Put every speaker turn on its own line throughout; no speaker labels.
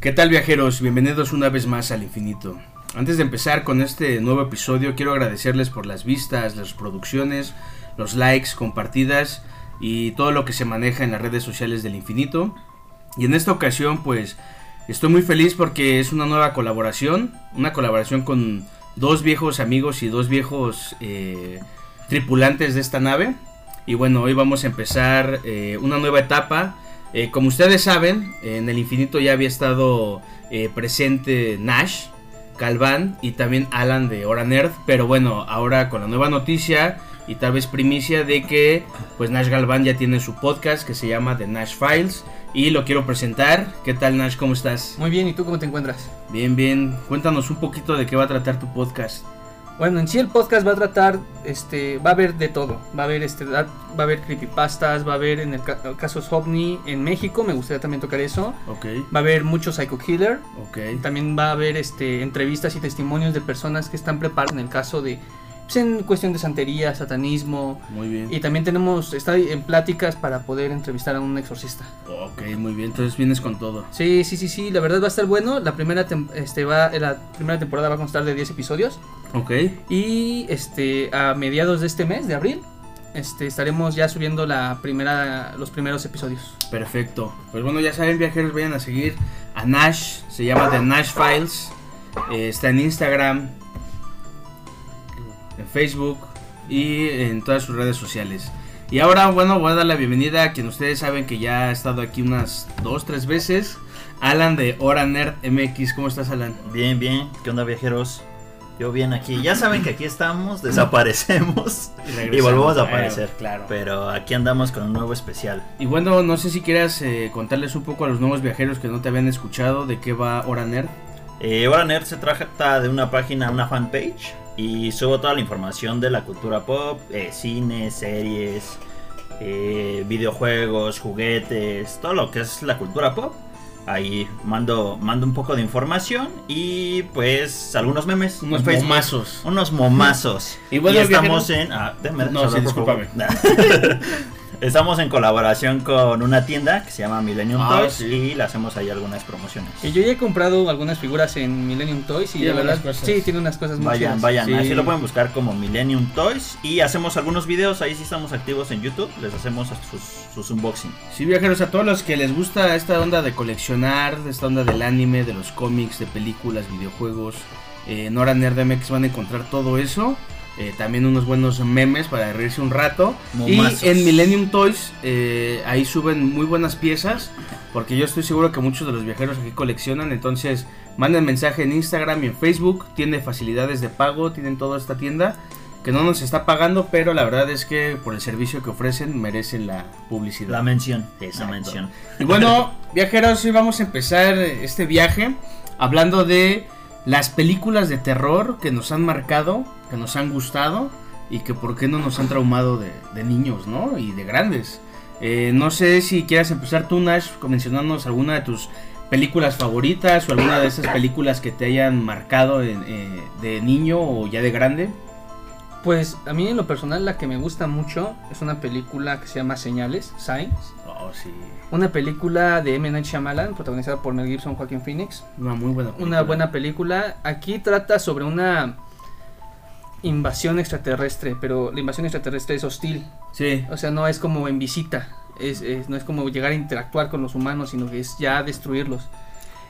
¿Qué tal viajeros? Bienvenidos una vez más al infinito. Antes de empezar con este nuevo episodio quiero agradecerles por las vistas, las producciones, los likes, compartidas y todo lo que se maneja en las redes sociales del infinito. Y en esta ocasión pues estoy muy feliz porque es una nueva colaboración, una colaboración con dos viejos amigos y dos viejos eh, tripulantes de esta nave. Y bueno, hoy vamos a empezar eh, una nueva etapa. Eh, como ustedes saben, en el infinito ya había estado eh, presente Nash, Calván y también Alan de Hora Nerd. Pero bueno, ahora con la nueva noticia y tal vez primicia de que pues Nash Galván ya tiene su podcast que se llama The Nash Files y lo quiero presentar. ¿Qué tal Nash? ¿Cómo estás?
Muy bien, ¿y tú cómo te encuentras?
Bien, bien. Cuéntanos un poquito de qué va a tratar tu podcast.
Bueno, en sí el podcast va a tratar, este, va a haber de todo, va a haber este, va a haber creepypastas, va a haber en el ca- caso Ovni en México, me gustaría también tocar eso,
Ok,
va a haber mucho psycho killer,
ok.
también va a haber este entrevistas y testimonios de personas que están preparadas en el caso de, pues, en cuestión de santería, satanismo,
Muy bien.
y también tenemos está en pláticas para poder entrevistar a un exorcista.
Ok, muy bien. Entonces vienes con todo.
Sí, sí, sí, sí, la verdad va a estar bueno, la primera tem- este va la primera temporada va a constar de 10 episodios.
Ok,
Y este a mediados de este mes, de abril, este, estaremos ya subiendo la primera, los primeros episodios.
perfecto. Pues bueno, ya saben, viajeros, vayan a seguir a Nash. Se llama The Nash Files. eh, está en Instagram, en Facebook y en todas sus redes sociales. Y ahora, bueno, voy a dar la bienvenida a quien ustedes saben que ya ha estado aquí unas dos, tres veces. Alan de Hora Nerd MX. ¿Cómo estás, Alan?
Bien, bien. ¿Qué onda, viajeros? Yo bien aquí. Ya saben que aquí estamos, desaparecemos y
regresamos.
volvemos a
Claro,
aparecer.
claro.
Pero aquí andamos con un nuevo especial.
Y bueno, no sé si quieras eh, contarles un poco a los nuevos viajeros que no te habían escuchado de qué va Hora Nerd.
Eh, Hora Nerd se trata de una página, una fanpage. Y subo toda la información de la cultura pop, eh, cine, series, eh, videojuegos, juguetes, todo lo que es la cultura pop. Ahí mando, mando un poco de información y pues algunos memes.
Unos
Facebook,
momazos.
Unos momazos.
Y
Y,
bueno,
estamos en. Ah, déjame
No,
hablar,
sí,
por favor. estamos en colaboración con una tienda que se llama Millennium
Ah,
Toys
sí.
y le hacemos ahí algunas promociones.
Y yo ya he comprado algunas figuras en Millennium Toys y
Tiene
la verdad,
buenas cosas.
sí, tiene unas cosas muy
Vayan,
chidas.
vayan,
Sí.
así lo pueden buscar como Millennium Toys y hacemos algunos videos, ahí sí estamos activos en YouTube, les hacemos sus, sus unboxing.
Sí, viajeros, a todos los que les gusta esta onda de coleccionar, de esta onda del anime, de los cómics, de películas, videojuegos, eh, en Hora Nerd MX van a encontrar todo eso. eh, también unos buenos memes para reírse un rato.
Momazos.
Y en Millennium Toys, eh, ahí suben muy buenas piezas. Porque yo estoy seguro que muchos de los viajeros aquí coleccionan. Entonces, manden mensaje en Instagram y en Facebook. Tiene facilidades de pago, tienen toda esta tienda. Que no nos está pagando, pero la verdad es que por el servicio que ofrecen merecen la publicidad.
La mención, esa
Exacto.
mención.
Y bueno, viajeros, hoy vamos a empezar este viaje hablando de las películas de terror que nos han marcado, que nos han gustado y que por qué no nos han traumado de, de niños, ¿no? Y de grandes. Eh, no sé si quieras empezar tú, Nash, con mencionarnos alguna de tus películas favoritas o alguna de esas películas que te hayan marcado en- eh, de niño o ya de grande.
Pues a mí en lo personal la que me gusta mucho es una película que se llama Señales, Signs.
Oh, sí.
Una película de M. Night Shyamalan, protagonizada por Mel Gibson, Joaquín Phoenix.
Una muy buena
Una buena película. Aquí trata sobre una invasión extraterrestre, pero la invasión extraterrestre es hostil.
Sí.
O sea, no es como en visita, es, es- no es como llegar a interactuar con los humanos, sino que es ya destruirlos.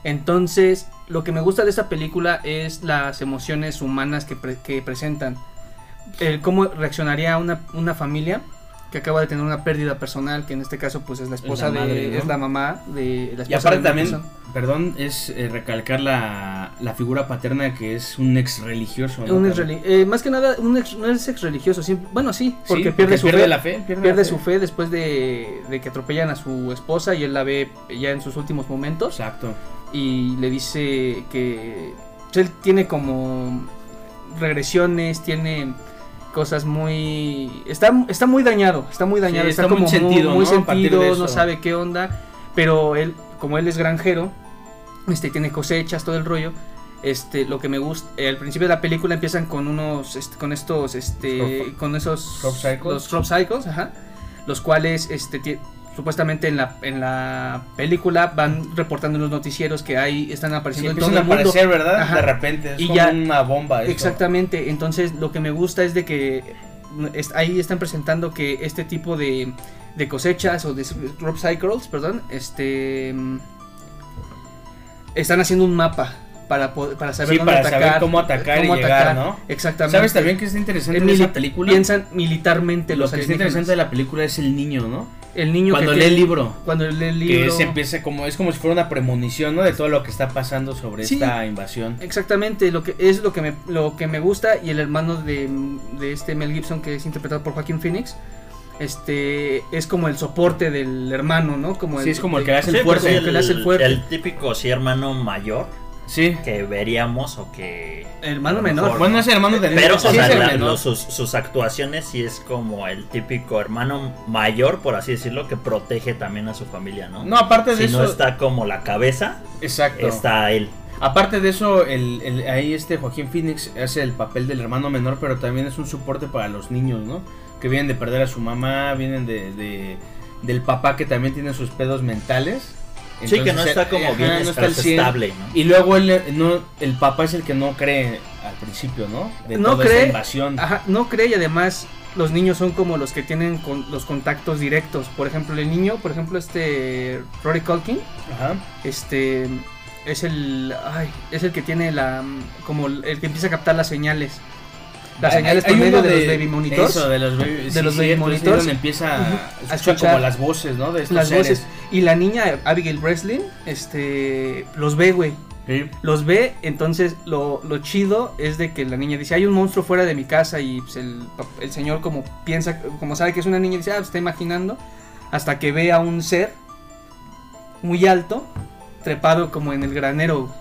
Entonces, lo que me gusta de esta película es las emociones humanas que, pre- que presentan. El cómo reaccionaría una, una familia que acaba de tener una pérdida personal, que en este caso pues es la esposa
madre,
de...
¿no?
es la mamá de la esposa
Y aparte
de
también,
Nicholson.
perdón, es eh, recalcar la, la figura paterna que es un ex religioso.
Un ex reli- eh, más que nada, un ex, no es ex religioso, bueno, sí, porque pierde su fe.
la fe. Pierde,
pierde
la
su fe después de, de que atropellan a su esposa y él la ve ya en sus últimos momentos
Exacto.
y le dice que pues, él tiene como regresiones, tiene cosas muy está está muy dañado, está muy dañado,
Sí,
está,
está muy
como muy
sentido,
muy
¿no? A partir
sentido,
de
no
eso.
sabe qué onda, pero él como él es granjero, este tiene cosechas, todo el rollo. Este, lo que me gusta, eh, al principio de la película empiezan con unos, este, con estos, este,
Crop-
con esos,
crop cycles.
los crop cycles, ajá, los cuales, este, ti- supuestamente en la, en la película van reportando en los noticieros que ahí están
Sí,
apareciendo en
empiezan
todo
a
el mundo.
aparecer, ¿verdad?
Ajá.
De repente, es
Y
como
ya-
una bomba. esto.
Exactamente, entonces lo que me gusta es de que es- ahí están presentando que este tipo de, de cosechas o de s- crop cycles, perdón, este mm, están haciendo un mapa para po- para saber
Sí,
dónde
para
atacar,
saber cómo atacar y llegar, ¿no?
Exactamente.
¿Sabes también que es interesante
Es
en esa
mili-
película?
Piensan militarmente
lo
los
que es
alienígenas.
interesante de la película es el niño, ¿no?
el niño
Cuando
que
lee
tiene-
el libro.
cuando lee el
Que
libro.
se empieza como, es como si fuera una premonición, ¿no? De todo lo que está pasando sobre
Sí.
esta invasión.
Exactamente, lo que es lo que me, lo que me gusta y el hermano de, de este Mel Gibson que es interpretado por Joaquín Phoenix, este es como el soporte del hermano, ¿no? Como
Sí, es como el que le hace
Sí,
el
pues,
fuerte.
el que le hace el fuerte.
el típico sí, hermano mayor
Sí.
que veríamos o que
hermano
Mejor.
menor.
Bueno, es el hermano de
Pero, o
sí,
sea,
es el
la-
menor.
los- sus, sus actuaciones sí es como el típico hermano mayor, por así decirlo, que protege también a su familia, ¿no?
No, aparte de
si
eso.
no está como la cabeza,
Exacto.
está él.
Aparte de eso, el, el- ahí este Joaquín Phoenix hace el papel del hermano menor, pero también es un soporte para los niños, ¿no? Que vienen de perder a su mamá, vienen de, de- del papá que también tiene sus pedos mentales.
sí, que no
Entonces,
está como
ajá,
bien
no está al 100.
estable, ¿no?
Y luego él, eh, no, el papá es el que no cree al principio, ¿no? De
No
toda
cree. Ah.
esta invasión.
Ajá, no cree y además los niños son como los que tienen con, los contactos directos. Por ejemplo, el niño, por ejemplo, este Rory Culkin,
Ajá.
este es el ay, es el que tiene la como el que empieza a captar las señales. Las
Hay-
señales
hay
por medio
uno
de, los baby monitors.
Eso, de los baby,
De
sí,
los
sí,
baby
entonces
monitors.
es donde empieza a
Ujú.
escuchar,
A escuchar
como las voces, ¿no? De estos
las
seres.
voces. Y la niña Abigail Breslin, este, los ve, güey.
Sí.
Los ve, entonces lo, lo chido es de que la niña dice, hay un monstruo fuera de mi casa y pues, el, pap- el señor como piensa, como sabe que es una niña, dice, ah, pues, está imaginando, hasta que ve a un ser muy alto, trepado como en el granero,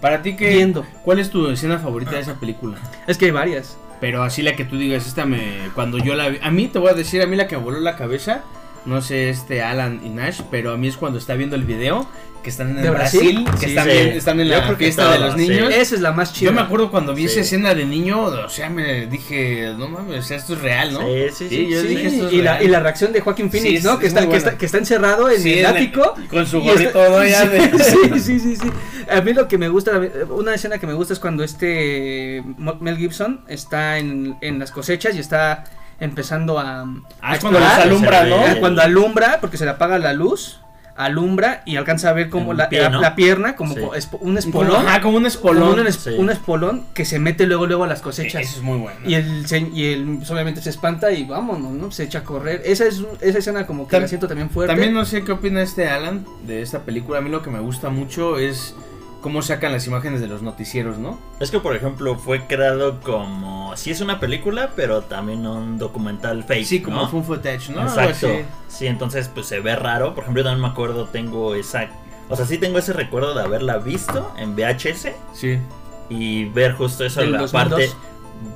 Para ti que
viendo.
¿Cuál es tu escena favorita de
Ah.
esa película?
Es que hay varias.
Pero así la que tú digas, esta me. Cuando yo la vi. A mí te voy a decir, a mí la que voló la cabeza. No sé, este Alan y Nash, pero a mí es cuando está viendo el video que están en
¿De
Brasil,
Brasil?
que
Sí,
están,
sí.
bien- están en
Yo
la
creo que
fiesta de
todas,
los
sí.
niños.
Esa es la más chida.
Yo me acuerdo cuando vi
Sí.
esa escena de niño, o sea, me dije, no mames, o sea, esto es real, ¿no?
Sí, sí, sí,
yo
Sí,
dije, esto es
y, la,
real.
y la reacción de Joaquín Phoenix,
Sí, es-
¿no? Que
es
está,
muy
que,
buena.
está, que está encerrado en
Sí,
el
en el-
ático.
Con su
Y
gorrito,
está-
¿no? Ya de-
sí, sí, sí, sí. A mí lo que me gusta, una escena que me gusta es cuando este Mo- Mel Gibson está en, en las cosechas y está empezando a...
Ah, es cuando los
Ah,
alumbra, ¿no?
a- Cuando alumbra, porque se le apaga la luz, alumbra y alcanza a ver como
Un
la,
pie,
la-
¿no?
la pierna, como
Sí.
co- espo- un
Como,
espolón.
ajá, como un
como
espolón.
un, es-
sí.
un espolón que se mete luego luego a las
Eso
cosechas.
es muy bueno.
Y el, se- y el pues, obviamente se espanta y vámonos, ¿no? Se echa a correr. Esa es un- esa escena como que
Tam-
la siento también fuerte.
También no sé qué opina este Alan de esta película. A mí lo que me gusta mucho es cómo sacan las imágenes de los noticieros, ¿no?
Es que, por ejemplo, fue creado como. Sí, es una película, pero también un documental fake.
Sí, como
¿no?
fue un footage, ¿no? Algo
Exacto.
así.
Sí, entonces pues se ve raro. Por ejemplo, yo también me acuerdo, tengo esa... O sea, sí tengo ese recuerdo de haberla visto en VHS
Sí.
y ver justo eso,
Del
la
2002.
parte,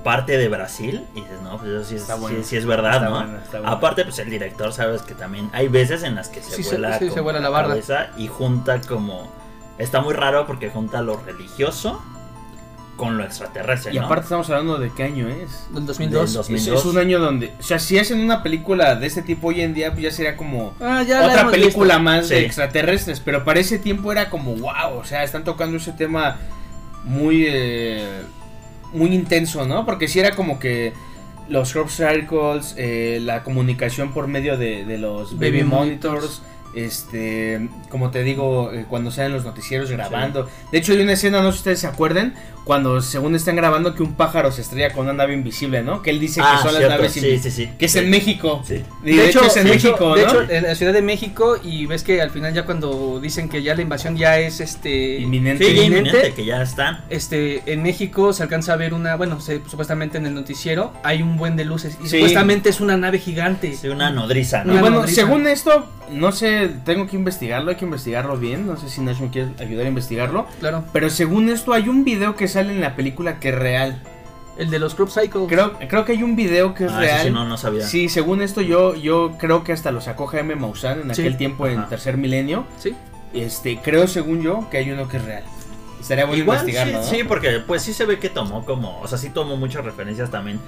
parte de Brasil. Y dices, no, pues eso sí es,
Está
sí-
bueno.
sí es verdad,
Está
Ah, ¿no?
bueno, está bueno.
Aparte, pues el director, sabes que también hay veces en las que se
Sí, se-
vuela,
sí, se
como
vuela la barda.
cabeza y junta como... Está muy raro porque junta lo religioso con lo extraterrestre,
Y
¿no?
aparte estamos hablando de qué año es.
Del 2002.
Del dos-
Es,
2002.
es un año donde, o sea, si hacen una película de este tipo hoy en día, pues ya sería como
Ah, ya la
otra
hemos
película
visto.
más de
Sí.
extraterrestres, pero para ese tiempo era como wow, o sea, están tocando ese tema muy eh, muy intenso, ¿no? Porque si era como que los crop circles, eh, la comunicación por medio de, de los baby,
Baby
monitors, este, como te digo, eh, cuando salen los noticieros grabando. De hecho, hay una escena, no sé si ustedes se acuerden, cuando según están grabando que un pájaro se estrella con una nave invisible, ¿no? Que él dice
Ah,
que son
cierto,
las naves
sí,
invisibles.
sí, sí.
Que es
Sí.
en México.
Sí.
Y De, hecho, es en
de hecho-
México,
de
¿no?
hecho, en la Ciudad de México y ves que al final ya cuando dicen que ya la invasión ya es este
Inminente.
Sí, ya
inminente,
inminente, que ya están.
este en México se alcanza a ver una, bueno, se- supuestamente en el noticiero hay un buen de luces y
Sí.
supuestamente es una nave gigante.
Sí, una nodriza,
Y
¿no?
Una
bueno,
nodriza.
según esto, no sé, tengo que investigarlo, hay que investigarlo bien, no sé si Nash me quiere ayudar a investigarlo,
Claro,
pero según esto hay un video que sale en la película que es real.
el de los crop cycles.
Creo, creo que hay un video que es
Ah, eso
real.
sí, no, no sabía.
Sí, según esto yo, yo creo que hasta lo sacó Jaime Maussan en
Sí.
aquel tiempo, en
Ajá.
tercer milenio.
Sí.
Este, creo según yo que hay uno que es real. Estaría bueno
Igual, sí,
investigarlo. ¿no?
sí, porque pues sí se ve que tomó como, o sea, sí tomó muchas referencias también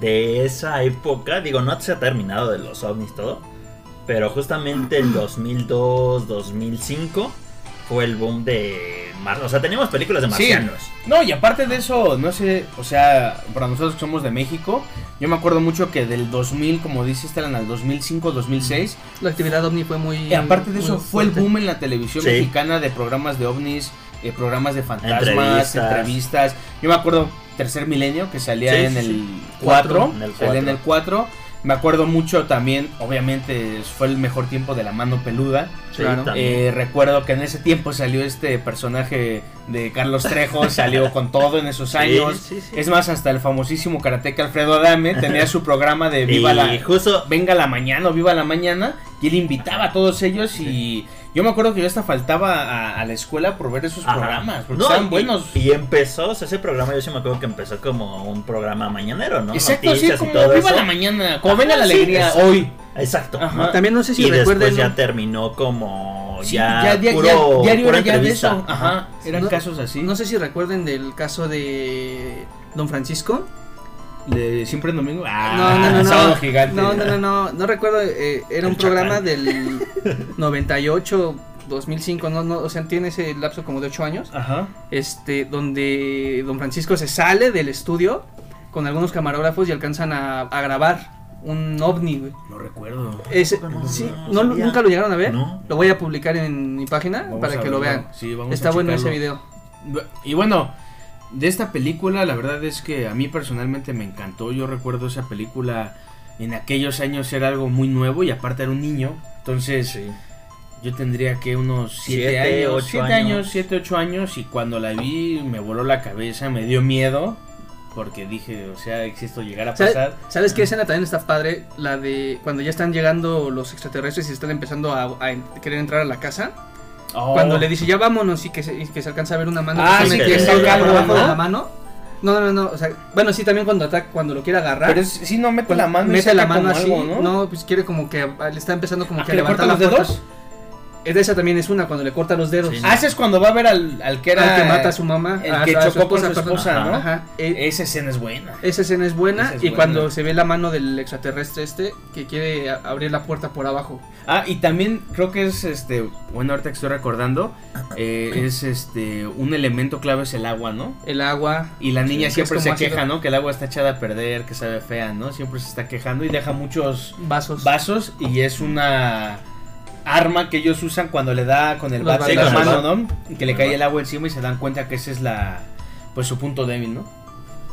de esa época. Digo, no se ha terminado de los ovnis todo, Pero justamente el 2002, 2005 fue el boom de... mar- O sea, tenemos películas de
Sí.
marcianos.
No, y aparte de eso, no sé, o sea, para nosotros que somos de México, yo me acuerdo mucho que del 2000, como dice Stellan, al 2005, 2006,
La actividad ovni fue muy.
y aparte de
muy
eso fue el
fuerte.
boom en la televisión
Sí.
mexicana de programas de ovnis, eh, programas de fantasmas,
Entrevistas.
entrevistas. Yo me acuerdo Tercer Milenio, que salía
Sí,
en
sí,
el
sí.
4,
En el
salía en
cuatro.
el 4. Me acuerdo mucho también, obviamente, fue el mejor tiempo de la mano peluda.
Sí,
Claro.
también.
Eh, recuerdo que en ese tiempo salió este personaje de Carlos Trejo, salió con todo en esos
Sí,
años.
sí, sí.
Es más, hasta el famosísimo karateca Alfredo Adame tenía su programa de Viva
y
la
justo...
Venga la mañana o Viva la mañana y él invitaba a todos ellos y yo me acuerdo que yo hasta faltaba a, a la escuela por ver esos
Ajá.
programas, porque
No,
estaban
y-
buenos.
Y empezó, o sea, ese programa yo sí me acuerdo que empezó como un programa mañanero, ¿no?
Exacto, así
Noticias y
como
todo
Viva
eso.
la mañana, como
Ajá,
venga la
sí,
alegría Oh,
es-
hoy.
Exacto.
Ajá.
También no sé si
y
recuerden.
después ya
¿no?
terminó como
Sí,
ya,
dia-
puro,
ya- diario
pura
era ya de
entrevista.
eso. Ajá, eran
No-
casos así.
No sé si recuerden del caso de Don Francisco.
De siempre en domingo. Ah,
no, no, no, no.
sábado gigante.
No, no, no, no, no recuerdo. eh, era
El
un programa
chacal.
del 98, 2005, no, no, o sea, tiene ese lapso como de 8 años.
Ajá.
Este, donde Don Francisco se sale del estudio con algunos camarógrafos y alcanzan a, a grabar un ovni, güey.
No recuerdo.
Ese-
No,
sí,
no
no, lo-
sabía.
¿Nunca lo llegaron a ver?
No.
Lo voy a publicar en mi página
Vamos
para
a
que lo
verlo.
vean.
Sí, vamos
Está
a
bueno ese
checarlo.
video.
Y bueno, de esta película, la verdad es que a mí personalmente me encantó. Yo recuerdo esa película en aquellos años era algo muy nuevo y aparte era un niño. Entonces
Sí.
yo tendría que unos 7
Siete,
años,
ocho
7
años.
años, 7, 8 años y cuando la vi me voló la cabeza, me dio miedo porque dije, o sea, que esto llegara a
¿Sabe-
pasar.
¿Sabes qué escena también está padre? La de cuando ya están llegando los extraterrestres y están empezando a, a en- querer entrar a la casa.
Oh,
Cuando le dice, ya vámonos y que se, y que se alcanza a ver una mano.
Ah,
justamente
sí, que
que
salga
está
algo,
abajo
¿no?
de la mano. No, no, no, o sea, bueno, sí, también cuando ataca, cuando lo quiere agarrar.
pero si Ah, no mete
cuando
la mano, y
mete
saca
la mano
como
así.
algo,
¿no? pues quiere como que a- le está empezando como
¿Ah,
que a
que le
levantar
corta
las
los
puertas.
dedos?
Es- Esa también es una, cuando le corta los dedos.
Sí,
Ah, ese es cuando va a ver al, al que era
Al que mata a su mamá.
el
a-
que
a
chocó con su
perdón.
esposa,
Ajá,
¿no?
ajá. Eh,
Esa escena es buena.
Esa escena es buena
Esa es
y
buena.
cuando se ve la mano del extraterrestre este que quiere a- abrir la puerta por abajo.
Ah, y también creo que es este. Bueno, ahorita que estoy recordando, eh, es este. Un elemento clave es el agua, ¿no?
El agua.
Y la niña
Sí,
siempre
es
se
como ácido.
queja, ¿no? Que el agua está echada a perder, que sabe fea, ¿no? Siempre se está quejando y deja muchos
Vasos.
vasos y es una arma que ellos usan cuando le da con el
Los
vaso en la
balazos.
mano, ¿no? Y que le
Con el
cae el agua encima y se dan cuenta que ese es la. Pues su punto débil, ¿no?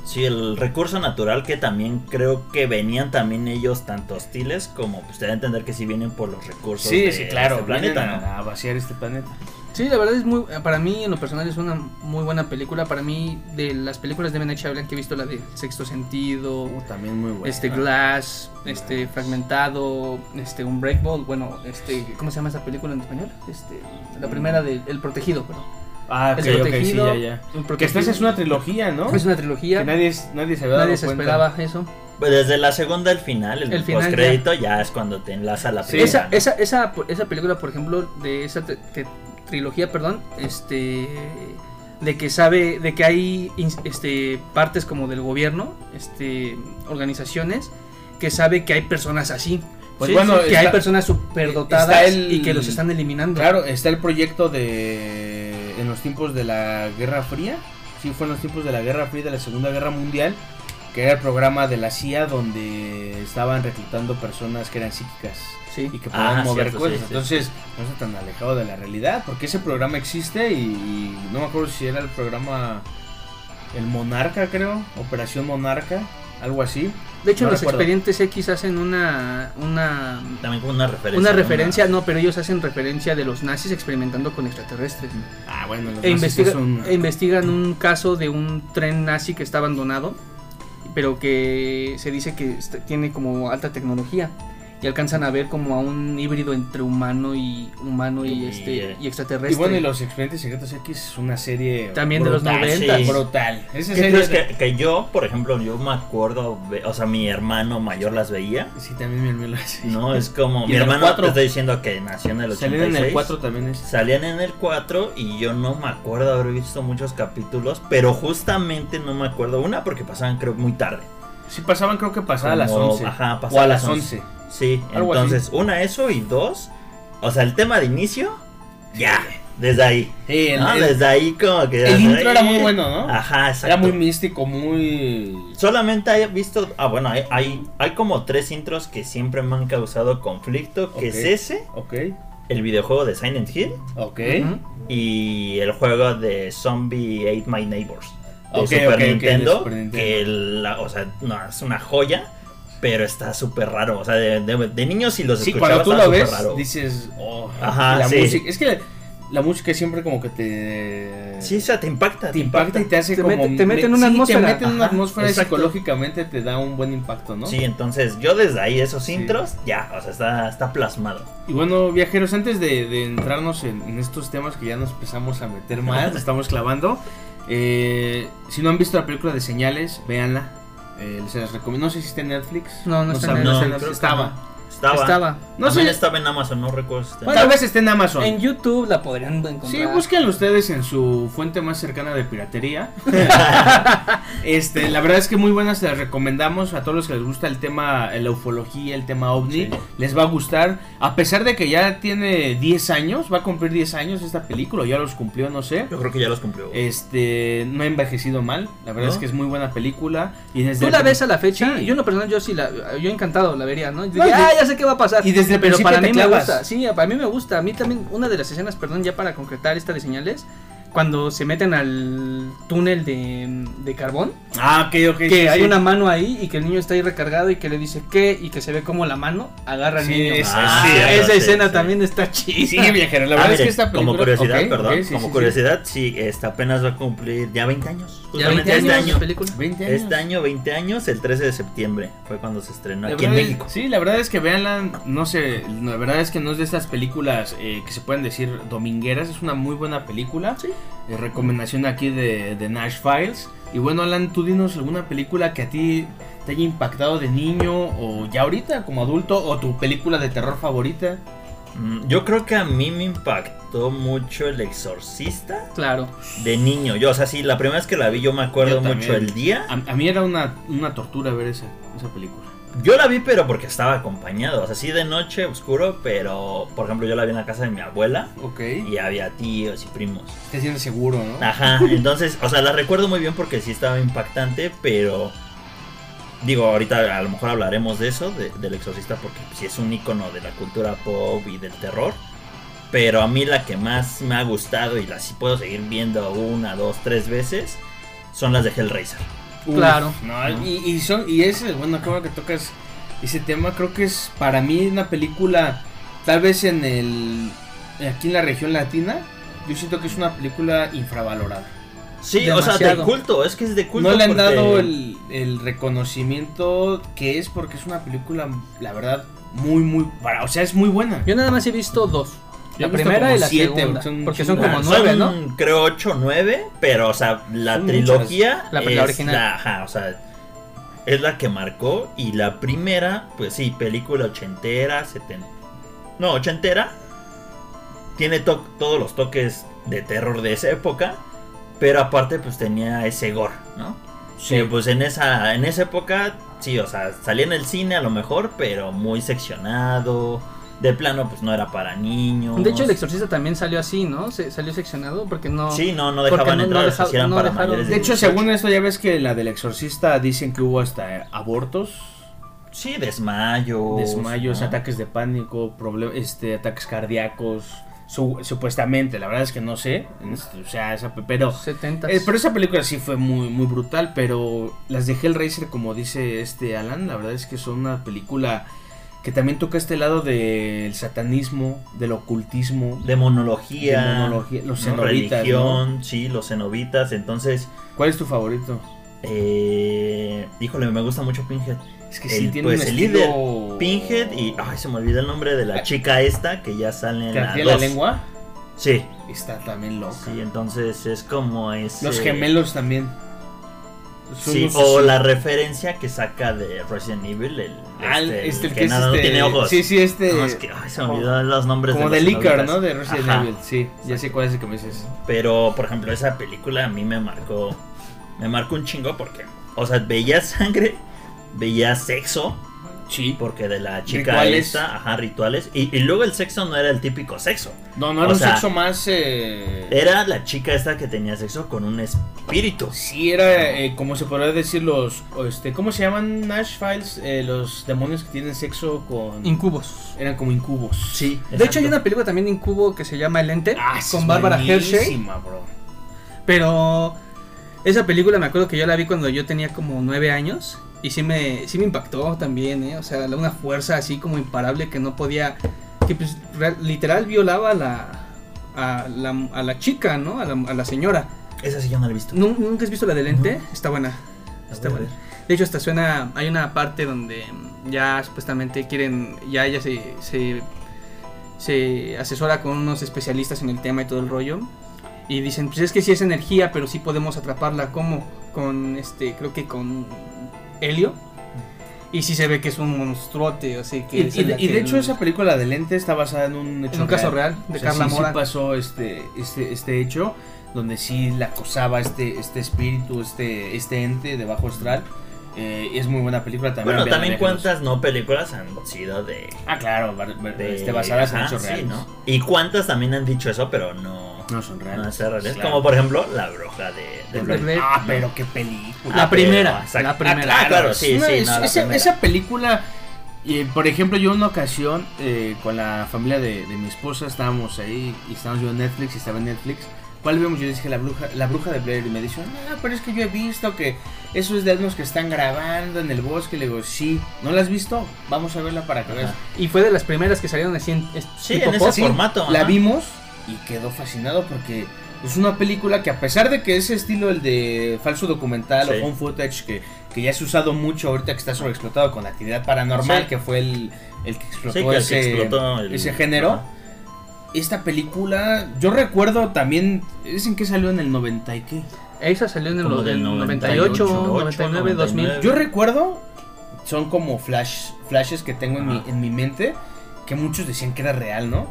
Sí, el recurso natural que también creo que venían también ellos tanto hostiles como pues te da a entender que sí vienen por los recursos de, de este
vienen
planeta, ¿no?
a, a vaciar este planeta.
Sí, la verdad es muy. Para mí, en lo personal, es una muy buena película. Para mí, de las películas de Menach Hablan que he visto, la de Sexto Sentido,
Uh, también muy bueno.
este Glass, este Fragmentado, este Un Breakball. Bueno, este. ¿Cómo se llama esa película en español? Este, la primera de El Protegido, perdón.
Ah, Mm. ok,
El
ok, sí, ya,
Protegido.
ya.
El
Porque esta
Protegido.
es una trilogía, ¿no?
Es una trilogía.
Que nadie, nadie se había dado
nadie se
cuenta.
esperaba eso.
Pues desde la segunda al final, el,
El final,
postcrédito ya es cuando te enlaza la
Sí.
primera.
Esa,
¿no?
esa, esa, esa película, por ejemplo, de esa te- te- trilogía, perdón, este de que sabe, de que hay ins- este partes como del gobierno, este organizaciones que sabe que hay personas así,
Pues
Sí,
bueno,
que
está-
hay personas superdotadas
está el-
y que los están eliminando.
Claro, está el proyecto de. En los tiempos de la Guerra Fría. Sí, fue en los tiempos de la Guerra Fría, de la Segunda Guerra Mundial. Que era el programa de la CIA donde estaban reclutando personas que eran psíquicas
Sí.
y que podían
Ah,
mover
cierto,
cosas.
sí, sí.
Entonces, no está tan alejado de la realidad, porque ese programa existe y, y no me acuerdo si era el programa El Monarca, creo, Operación Monarca, algo así.
De hecho,
no
los
recuerdo.
expedientes X hacen una una
También como una referencia.
una
¿no?
referencia, no, pero ellos hacen referencia de los nazis experimentando con extraterrestres.
Ah, bueno, los nazis
E, investiga-
son-
e investigan un caso de un tren nazi que está abandonado, pero que se dice que est- tiene como alta tecnología y alcanzan a ver como a un híbrido entre humano y humano y
Y,
este
eh,
y extraterrestre.
Y bueno, y los expedientes secretos X es una serie
También de los
brutal,
90.
sí, brutal. Esa
¿Qué
serie
crees
de-
que, que yo, por ejemplo, yo me acuerdo, ve- o sea, mi hermano mayor las veía,
sí también mi hermano sí.
¿no? Es como,
Y
mi
en el
hermano
cuatro.
te está diciendo que nació en el 86.
Salieron en el 4 también es.
Salían en el 4 y yo no me acuerdo haber visto muchos capítulos, pero justamente no me acuerdo una porque pasaban creo muy tarde.
Sí pasaban, creo que pasaba a las
Como-
11.
ajá,
o
pasaba
a
a
las
las
11.
Sí,
Algo
entonces, una, eso y dos. O sea, el tema de inicio, ya, desde ahí.
Sí, el,
¿no?
el-
Desde ahí, como que.
el
ya
intro
sabes,
era muy
eh,
bueno, ¿no?
Ajá, exacto.
Era muy místico, muy...
Solamente haya visto. Ah, bueno, hay, hay, hay como tres intros que siempre me han causado conflicto: que
Ok.
es ese,
Ok,
el videojuego de Silent Hill
ok.
Ujú.
y el juego de Zombie Ate My Neighbors. De
Ok,
Super
ok, ok, de
Nintendo,
Super Nintendo.
que la- o sea, no, es una joya, pero está súper raro. O sea, de, de- de niños si los
Sí,
escuchaba
cuando tú
estaba
lo
súper
ves,
raro.
dices, oh,
Ajá,
la
sí.
música. Es que la música siempre como que te.
Sí, o sea, te impacta.
te impacta y te hace
Te
como.
mete- te mete en
me-
una
sí,
atmósfera.
Te mete en una
Ajá,
atmósfera y
exacto.
psicológicamente te da un buen impacto, ¿no?
Sí, entonces yo desde ahí esos
Sí.
intros, ya, o sea, está, está plasmado.
Y bueno, viajeros, antes de, de entrarnos en, en estos temas que ya nos empezamos a meter más, nos estamos clavando. eh, si no han visto la película de señales, véanla. eh, se las recomiendo. No sé si está en Netflix.
No, no está en
saben,
Netflix.
sé,
No, creo que
estaba.
Estaba.
Estaba.
No
También
sé.
estaba en Amazon, no recuerdo. si está en-
Bueno,
Tal vez esté en Amazon.
En YouTube la podrían encontrar.
Sí, búsquenlo ustedes en su fuente más cercana de piratería. este, la verdad es que muy buenas, se las recomendamos a todos los que les gusta el tema, la ufología, el tema ovni,
Sí.
les va a gustar. A pesar de que ya tiene 10 años, va a cumplir 10 años esta película, o ya los cumplió, no sé.
Yo creo que ya los cumplió.
Este, no ha envejecido mal, la verdad
¿No?
es que es muy buena película. Y desde
Tú
el
la
prin-
ves a la fecha.
Sí.
Yo, no, personal, yo sí la. Yo encantado la vería, ¿no? Y
No,
dije,
y de-
ah, ya sé qué va a pasar.
y desde el
Pero
principio
para
te
mí me
clavas.
gusta. Sí, para mí me gusta. A mí también, una de las escenas, perdón, ya para concretar esta de señales. Cuando se meten al túnel de, de carbón,
Ah, ok, ok.
que
sí,
hay
sí.
una mano ahí y que el niño está ahí recargado y que le dice qué y que se ve como la mano agarra al
Sí,
niño.
es-
Ah,
sí,
Ah,
ya lo
esa
sé,
escena
sí.
también está chida.
Sí, viajeros, la
Ah,
verdad es
miren,
que esta película.
como curiosidad,
ok,
perdón,
ok, sí,
como
sí, sí.
curiosidad, sí, esta apenas va a cumplir ya 20 años.
Ya 20
Justamente
20
años
este
de
año.
película.
20 años.
Este año 20 años, el 13 de septiembre fue cuando se estrenó
La
aquí en
verdad es-
México.
Sí, la verdad es que véanla, no sé, la verdad es que no es de estas películas eh, que se pueden decir domingueras, es una muy buena película.
Sí.
Eh, recomendación aquí de, de Nash Files. Y bueno, Alan, tú dinos alguna película que a ti te haya impactado de niño o ya ahorita como adulto o tu película de terror favorita.
Mm, Yo creo que a mí me impactó mucho El Exorcista
Claro.
de niño. Yo, o sea, sí, la primera vez que la vi yo me acuerdo
Yo también.
mucho el día.
A, a mí era una, una tortura ver esa, esa película.
Yo la vi, pero porque estaba acompañado. O sea, sí de noche, oscuro, pero por ejemplo, yo la vi en la casa de mi abuela
Ok.
y había tíos y primos.
Te sientes seguro, ¿no?
Ajá, entonces, o sea, la recuerdo muy bien porque sí estaba impactante, pero digo, ahorita a lo mejor hablaremos de eso, de- del exorcista, porque sí es un icono de la cultura pop y del terror. Pero a mí la que más me ha gustado y la sí puedo seguir viendo una, dos, tres veces son las de Hellraiser.
Uf,
Claro.
no, y, y son, y ese, bueno, acaba que tocas ese tema, creo que es para mí una película, tal vez en el, aquí en la región latina, yo siento que es una película infravalorada.
Sí, o sea, de
Demasiado.
culto, es que es de culto.
no le han
porque-
dado el, el reconocimiento que es porque es una película, la verdad, muy, muy, para- o sea, es muy buena.
Yo nada más he visto dos.
Yo he
La
visto
primera
como
y la
siete,
segunda.
son un
porque son
chingo.
como
Ah,
nueve, ¿no?
son, Creo ocho, nueve, pero, o sea, la
Son
trilogía.
La- la
es
original.
la- ajá, o sea, es la que marcó. Y la primera, pues sí, película ochentera, setenta. No, ochentera. Tiene to- todos los toques de terror de esa época. Pero aparte, pues tenía ese gore, ¿no?
Sí.
Que, pues en esa, en esa época, sí, o sea, salía en el cine a lo mejor, pero muy seccionado. De plano, pues no era para niños.
De hecho, el exorcista también salió así, ¿no? Se, salió seccionado porque no.
Sí, no, no
Porque
dejaban
no- no
entrar, o sea,
deja-
si eran
no
para
dejaron.
mayores
pues, De hecho,
18.
según esto, ya ves que en la del exorcista dicen que hubo hasta eh, abortos.
Sí, desmayos.
desmayos,
¿no?
ataques de pánico, proble- este, ataques cardíacos, su- supuestamente, la verdad es que no sé, este, o sea, esa, pe- pero,
70.
eh, pero esa película sí fue muy, muy brutal, pero las de Hellraiser, como dice este Alan, la verdad es que son una película que también toca este lado del satanismo, del ocultismo,
Demonología.
demonología, los
¿no?
cenobitas, ¿no?
Religión, sí, los cenobitas. Entonces,
¿Cuál es tu favorito?
eh, híjole, me gusta mucho Pinhead.
Es que
El-
sí tiene
pues,
un
el
estilo...
Pinhead y, ay, se me olvidó el nombre de la
Ah.
chica esta que ya sale en
¿Que
la,
hacía la
dos.
lengua?
Sí,
Está también loca.
sí, entonces es como ese.
Los gemelos también. Son
Sí,
unos-
o la referencia que saca de Resident Evil, el,
Ah, el-
este, el
este, el
que,
que es
nada, no
este-
tiene ojos.
Sí, sí, este.
No, es que, ay, se me olvidaron los nombres
como
de
de
los
Licker,
cenobitas.
¿no? De Resident
Ajá.
Evil. Sí, ya sé cuál es el que me dices.
Pero, por ejemplo, esa película a mí me marcó. Me marcó un chingo porque, o sea, veía sangre, veía sexo,
Sí.
Porque de la chica
Rituales.
esta, ajá, rituales. Y, y luego el sexo no era el típico sexo.
No, no
O
era un
sea,
sexo más. eh,
Era la chica esta que tenía sexo con un espíritu.
Sí, era eh, como se podría decir los. o este ¿Cómo se llaman Nash Files? Eh, los demonios que tienen sexo con.
Incubos.
eran como incubos.
Sí.
De hecho, hay
exacto.
una película también de Incubo que se llama El Ente
Ah, sí,
con
es
Bárbara
buenísima,
Hershey.
bro.
Pero esa película me acuerdo que yo la vi cuando yo tenía como nueve años y sí me, sí me impactó también, ¿eh? O sea, la- una fuerza así como imparable que no podía, que pues, real- literal violaba a la, a la, a la chica, ¿no? A la, a la señora.
Esa sí yo no la he visto.
¿Nu- ¿Nunca has visto la del ente?
No.
Está buena.
Ah,
La
Está
voy a
buena. De hecho, hasta suena, hay una parte donde mm, ya supuestamente quieren, ya ella se, se, se asesora con unos especialistas en el tema y todo el rollo. Y dicen, pues es que sí es energía, pero sí podemos atraparla como con este, creo que con helio. Y sí se ve que es un monstruote, así que...
Y,
es
y
en
de,
la
y de
que
hecho
el-
esa película de lente está basada en un hecho
en un caso real de
O sea,
Carla
sí, sí
Mora.
pasó este, este, este hecho donde sí la acosaba este, este espíritu, este, este ente de bajo astral. Eh, y es muy buena película también.
Bueno,
vean,
también
déjenos.
cuántas no películas han sido de.
Ah, claro, bar- bar-
de
este, basadas en
ajá,
hechos
sí,
reales.
¿no? Y cuántas también han dicho eso, pero no.
No son reales.
no son reales.
Claro.
Como por ejemplo, La Bruja de. de
De
Blair.
Blair.
Ah, pero qué película.
la
Ah, pero,
primera,
exacto.
la primera.
Ah, claro, sí,
Una-
sí.
es-
no, la
esa,
primera.
esa película, eh, por ejemplo, yo una ocasión eh, con la familia de, de mi esposa estábamos ahí y estábamos viendo Netflix y estaba en Netflix. ¿Cuál vemos? Yo dije la bruja, la bruja de Blair y me dijeron, ah, pero es que yo he visto que eso es de unos que están grabando en el bosque. Le digo, sí, ¿no la has visto? Vamos a verla para que
Ajá.
veas.
Y fue de las primeras que salieron así en... es-
Sí,
tipo
en
pop.
ese formato.
Pues La
ajá.
vimos y quedó fascinado porque es una película que a pesar de que ese estilo, el de falso documental
Sí.
o home footage, que, que ya se ha usado mucho ahorita que está sobreexplotado con la actividad paranormal,
Sí.
que fue el, el que explotó
Sí, que el
ese,
que explotó el-
ese género.
Ajá.
Esta película, yo recuerdo también, dicen que salió en el 90 y qué.
Esa salió en el
Como del
98,
98,
99, 2000.
99.
Yo recuerdo, son como flash, flashes que tengo en mi,
Ajá.
en mi mente, que muchos decían que era real, ¿no?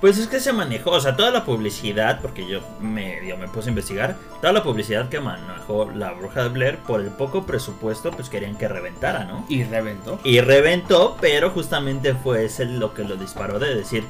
Pues es que se manejó, o sea, toda la publicidad, porque yo medio me puse a investigar, toda la publicidad que manejó la bruja de Blair por el poco presupuesto, pues querían que reventara, ¿no?
Y reventó.
Y reventó, pero justamente fue ese lo que lo disparó de decir,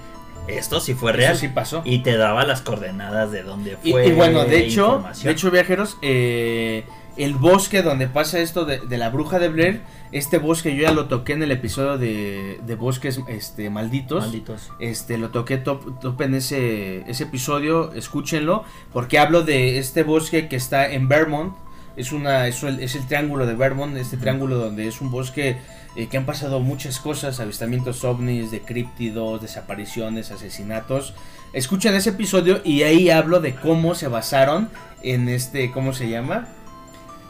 esto sí fue real.
Eso sí pasó.
Y te daba las coordenadas de dónde
Y,
fue.
y bueno, de hecho, de
información.
hecho viajeros, eh, el bosque donde pasa esto de, de la bruja de Blair, este bosque yo ya lo toqué en el episodio de, de bosques este, malditos.
Malditos.
Este, lo toqué top, top en ese, ese episodio, escúchenlo, porque hablo de este bosque que está en Vermont, es, una, es, el, es el triángulo de Vermont, este triángulo donde es un bosque eh, que han pasado muchas cosas, avistamientos ovnis, de críptidos, desapariciones, asesinatos. Escuchen ese episodio y ahí hablo de cómo se basaron en este, ¿cómo se llama?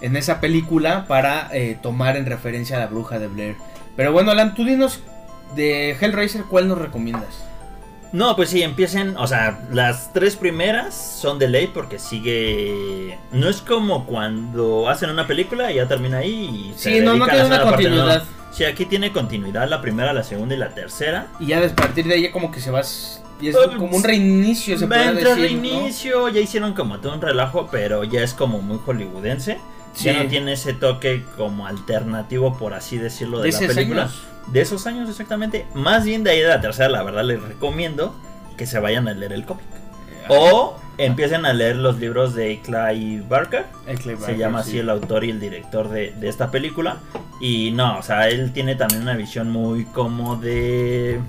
En esa película para eh, tomar en referencia a la bruja de Blair. Pero bueno, Alan, tú dinos de Hellraiser, ¿cuál nos recomiendas?
No, pues sí, empiecen, o sea, las tres primeras son de ley porque sigue... No es como cuando hacen una película y ya termina ahí y... se
Sí, no, no
dedican a
tiene
hacer
una
la parte, no.
continuidad.
Sí, aquí tiene continuidad la primera, la segunda y la tercera.
Y ya a partir de ahí ya como que se vas... Y es
Eh,
como un reinicio, se puede
Entre
decir, ¿no?
reinicio, ya hicieron como todo un relajo, pero ya es como muy hollywoodense.
Sí.
Ya no tiene ese toque como alternativo, por así decirlo, de,
De
la
esos
película.
años.
De esos años, exactamente. Más bien de ahí de la tercera, la verdad, les recomiendo que se vayan a leer el cómic. O empiecen a leer los libros de Clay Barker.
El Clive
Se
Barker,
llama
sí.
así el autor y el director de, de esta película. Y no, o sea, él tiene también una visión muy como de...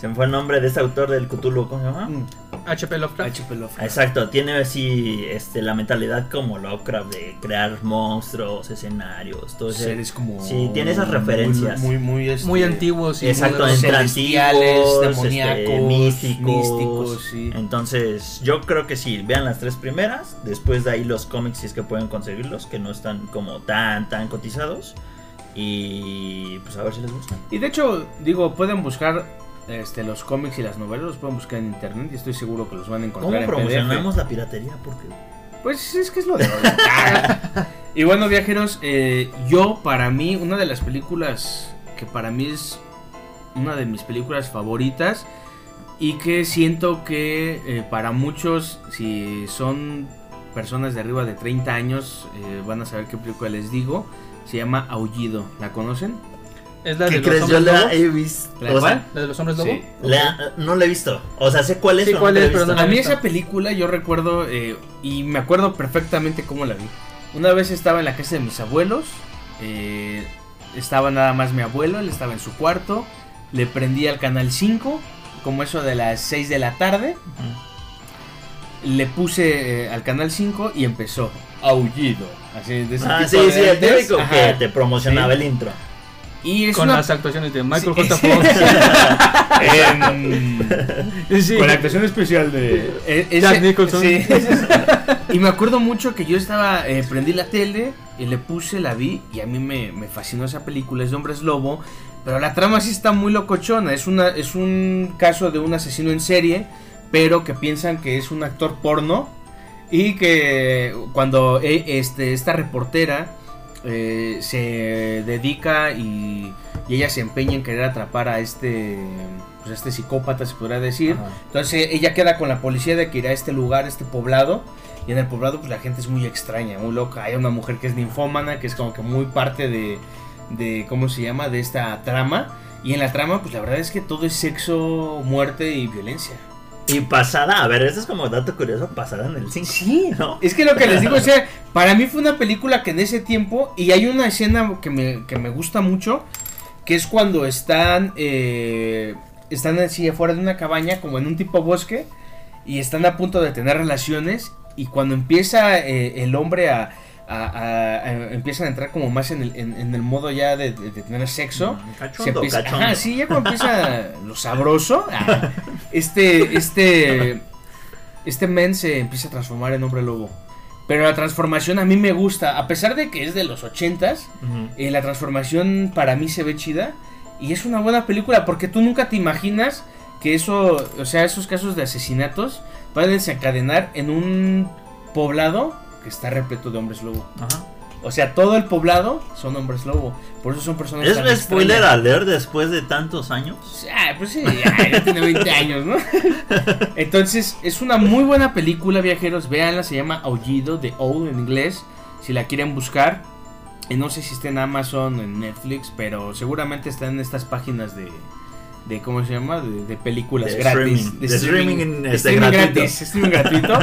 Se me fue el nombre de este autor del Cthulhu, ¿cómo se llama?
Mm,
HP Lovecraft.
H.P. Lovecraft.
Exacto, tiene así este, la mentalidad como Lovecraft de crear monstruos, escenarios, todo eso.
Seres como...
Sí, tiene esas
muy-
referencias.
Muy, muy, este,
Muy antiguos y
Exacto,
modernos.
entre
celestiales,
antiguos,
demoníacos,
este, místicos.
místicos, sí.
Entonces, yo creo que sí, vean las tres primeras, después de ahí los cómics si es que pueden conseguirlos, que no están como tan, tan cotizados. Y pues a ver si les gusta.
Y de hecho, digo, pueden buscar este, los cómics y las novelas, los pueden buscar en internet y estoy seguro que los van a encontrar
¿Cómo
en
promocionamos la piratería? Porque
PDF. Pues es que es lo de hoy. y bueno, viajeros, eh, yo para mí, una de las películas que para mí es una de mis películas favoritas y que siento que eh, para muchos, si son personas de arriba de 30 años, eh, van a saber qué película les digo. Se llama Aullido. ¿La conocen?
Es la de
¿Qué
los
crees? Yo
hombres
la
lobo.
he visto.
¿La
o sea,
cuál?
La de los hombres
Sí.
lobo.
la- no la he visto. O sea, sé cuál es,
Sí,
pero
cuál
no la he
es, pero
visto.
A mí
Ahí está.
esa película yo recuerdo eh, y me acuerdo perfectamente cómo la vi. Una vez estaba en la casa de mis abuelos, eh, estaba nada más mi abuelo, él estaba en su cuarto, le prendía al canal 5, como eso de las 6 de la tarde,
Ujú.
le puse eh, al canal 5 y empezó aullido. Así de ese
Ah,
tipo
sí,
de
sí, el
antes.
típico
Ajá.
que te promocionaba el intro.
Y es
Con
una-
las actuaciones de Michael
Sí,
J.
sí.
Fox.
Em,
Sí.
Con la actuación especial de
Jack Nicholson.
E-, y me acuerdo mucho que yo estaba, eh, prendí la tele y le puse, la vi y a mí me, me fascinó esa película, es de hombres lobo, pero la trama sí está muy locochona, es, una, es un caso de un asesino en serie, pero que piensan que es un actor porno y que cuando eh, este, esta reportera eh, se dedica y, y ella se empeña en querer atrapar a este, pues, a este psicópata, se podría decir,
Ajá.
entonces ella queda con la policía de que irá a este lugar, este poblado. Y en el poblado pues la gente es muy extraña, muy loca. Hay una mujer que es ninfómana, que es como que muy parte de, de ¿cómo se llama? De esta trama. Y en la trama pues la verdad es que todo es sexo, muerte y violencia.
Y pasada, a ver, eso es como dato curioso, pasada en el 5. Sí, ¿no?
Es que lo que les digo, o sea, para mí fue una película que en ese tiempo, y hay una escena que me, que me gusta mucho, que es cuando están, eh, están así afuera de una cabaña, como en un tipo bosque, y están a punto de tener relaciones, y cuando empieza eh, el hombre a... a- a- a- empiezan a entrar como más en el, en, en el modo ya de, de- de tener sexo. se
Cachondo,
empieza-
Mm, cachondo.
Ajá, sí, ya cuando empieza lo sabroso, ah, este, este, este men se empieza a transformar en hombre lobo. Pero la transformación a mí me gusta, a pesar de que es de los ochentas,
Ujú.
eh, la transformación para mí se ve chida y es una buena película porque tú nunca te imaginas que eso, o sea, esos casos de asesinatos van a desencadenar en un poblado que está repleto de hombres lobo.
Ajá.
O sea, todo el poblado son hombres lobo, por eso son personas
¿Es
tan
un spoiler
extrañas.
alert después de tantos años?
Ah, pues sí, ya, ya tiene 20 años, ¿no? Entonces, es una muy buena película, viajeros. Véanla, se llama Aullido de Owl en inglés. Si la quieren buscar, Eh, no sé si está en Amazon o en Netflix, pero seguramente está en estas páginas de. de ¿Cómo se llama? De, de películas
De
gratis.
streaming. De streaming en-
de
este,
streaming
gratuito.
gratis. Streaming gratuito.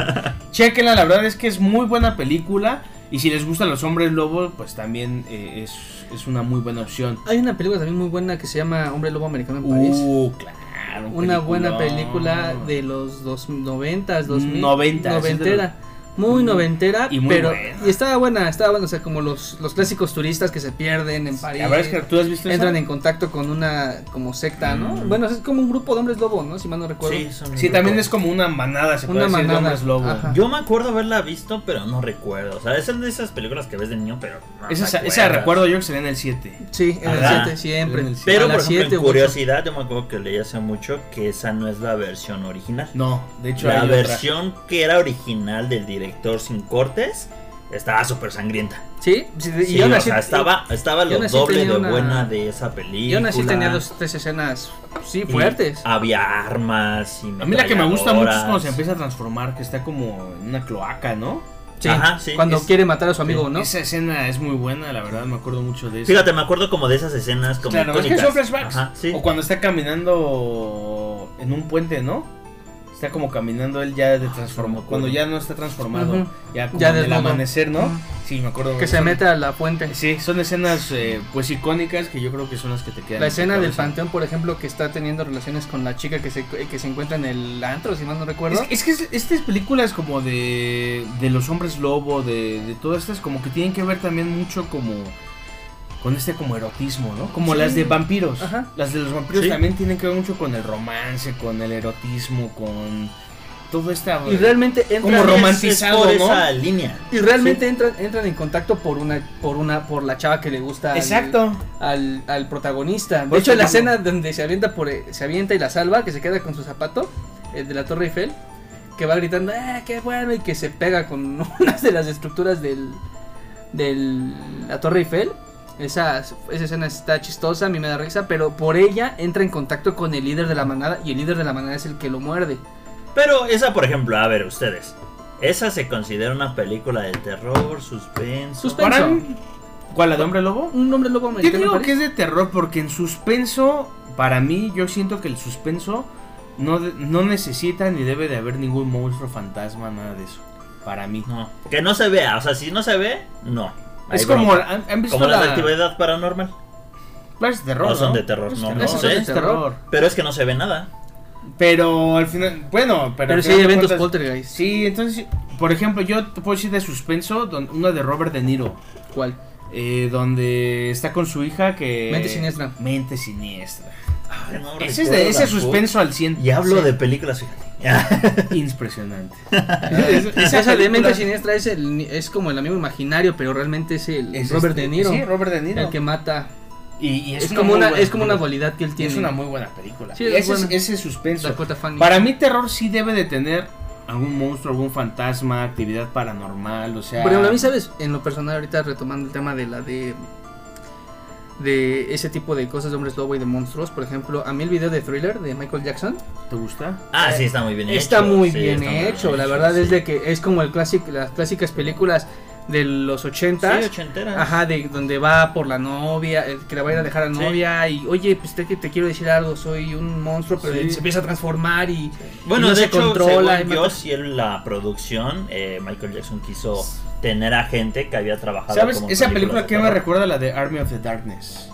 Chequenla, la verdad es que es muy buena película. Y si les gustan los hombres lobos, pues también eh, es, es una muy buena opción.
Hay una película también muy buena que se llama Hombre Lobo Americano en París.
Uh, claro. un
una buena
peliculón.
película de los dos noventas, dos mil,
Noventas,
noventera, muy
Mm,
noventera,
y muy
pero
buena.
y estaba buena, estaba buena, o sea, como los, los clásicos turistas que se pierden en París,
La verdad es que tú has visto
entran
esa?
en contacto con una como secta, ¿no?
Mm.
Bueno, es como un grupo de hombres lobo, ¿no? Si mal no recuerdo.
son
Sí, también es como una manada, se
Una
puede decir, de
manada,
hombres lobo.
ajá.
Yo me acuerdo haberla visto, pero no recuerdo. O sea, esa es de esas películas que ves de niño, pero. No
Esa,
te
esa Ah,
acuerdas.
recuerdo yo que se ve en el 7.
Sí, en
Ajá.
el 7 siempre.
En el siete.
Pero,
A
por
las
ejemplo,
siete
en
u ocho.
curiosidad, yo me acuerdo que leí hace mucho que esa no es la versión original.
No, de hecho
la
hay otra.
versión que era original del director sin cortes estaba súper sangrienta.
Sí, sí, y
Sí,
aún
o
así-
sea, estaba, estaba
y
lo
aún así
doble
tenía
de
una-
buena de esa película.
y aún así tenía dos tres escenas sí
Y
fuertes.
Había armas y
A mí la que me gusta mucho es cuando
metralladoras.
se empieza a transformar, que está como en una cloaca, ¿no?
Sí,
Ajá, sí,
cuando
es-
quiere matar a su amigo, ¿no?
Esa escena es muy buena, la verdad, me acuerdo mucho de eso.
Fíjate, me acuerdo como de esas escenas como
claro, es que
icónicas.
son flashbacks.
Ajá, sí.
O cuando está caminando en un puente, ¿no? Está como caminando él ya de transformado,
acuerdo.
cuando ya no está transformado,
Ujú.
ya como
Ya
en el
desnudo.
amanecer, ¿no?
Ujú.
Sí, me acuerdo.
Que se
Son-
mete a la fuente.
Sí, son escenas eh, pues icónicas que yo creo que son las que te quedan.
La
en tu
escena del
cabeza.
panteón, por ejemplo, que está teniendo relaciones con la chica que se, que se encuentra en el antro, si mal no recuerdo.
Es, es que es- estas películas como de, de los hombres lobo, de, de todas estas, como que tienen que ver también mucho como con este como erotismo, ¿no? Como
Sí.
las de vampiros.
Ajá.
Las de los vampiros
Sí.
también tienen que ver mucho con el romance, con el erotismo, con todo esta...
y realmente entran,
Como
Es-
romantizado,
es por
¿no?
esa línea.
y realmente entran, entran en contacto por una, por una, por la chava que le gusta al-
Exacto.
al, al protagonista. De
Por
hecho,
eso
la
mismo.
escena donde se avienta por eh, se avienta y la salva, que se queda con su zapato, el de la Torre Eiffel, que va gritando, ¡ah, qué bueno! y que se pega con una de las estructuras del, del la Torre Eiffel. Esa, esa escena está chistosa, a mí me da risa, pero por ella entra en contacto con el líder de la manada y el líder de la manada es el que lo muerde.
Pero esa, por ejemplo, a ver, ustedes. Esa se considera una película de terror, suspenso.
Suspenso.
Para mí,
¿Cuál, la de hombre lobo?
Un hombre lobo
Yo
americano.
digo
parece.
que es de terror porque en suspenso, para mí, yo siento que el suspenso no, de- no necesita ni debe de haber ningún monstruo fantasma, nada de eso. Para mí.
No. Que no se vea, o sea, si no se ve, no. Hay
es como,
bronca.
¿han, han visto
como
la...
las de actividad paranormal.
Claro, es de terror,
No son
¿no?
de terror,
Es
no,
terror,
no
son
sé.
de terror.
Pero es que no se ve nada.
Pero al final, bueno, pero...
Pero
al
sí
final
hay
de
eventos
cuentas-
poltergeist.
Sí, entonces, por ejemplo, yo te puedo decir de suspenso, don- una de Robert De Niro,
¿Cuál?
eh, donde está con su hija que...
Mente siniestra.
Mente siniestra.
Ay, no
Ese, es
recuerdo
de, ese
tampoco.
suspenso al 100.
Y hablo
Sí.
de películas, fíjate.
Impresionante.
Es- Esa, esa de
Ah, película-
mente siniestra es, el, ni- es como el amigo imaginario, pero realmente es el
Es
Robert
este-
De Niro.
Sí, Robert De Niro.
el que mata.
Y, y
Es, como
muy
una,
buena
es como una
película.
dualidad que él tiene.
Es una muy buena película.
Sí,
Y
es
ese, es-
buena.
ese suspenso.
Dakota Fanning.
Para mí, terror sí debe de tener algún monstruo, algún fantasma, actividad paranormal, o sea.
Por ejemplo, a mí, ¿sabes? En lo personal, ahorita retomando el tema de la de. De ese tipo de cosas de hombres lobo y de monstruos. Por ejemplo, a mí el video de thriller de Michael Jackson
¿Te gusta?
Ah, sí, está muy bien hecho.
está muy
sí,
bien
está muy
hecho. La verdad
sí.
es de que es como el clásico, las clásicas películas de los ochentas.
Sí, ochentera.
Ajá, de donde va por la novia, eh, que la va a ir a dejar a la
Sí.
novia y oye, pues te, te quiero decir algo, soy un monstruo, pero
Sí.
él se empieza a transformar y
Bueno,
no
de
se
hecho,
controla, ¿eh?
según
y
yo,
mata-
sí, en la producción, eh, Michael Jackson quiso tener a gente que había trabajado
¿Sabes?
como
Esa
películas
película
de
que me
terror.
recuerda a la de Army of the Darkness.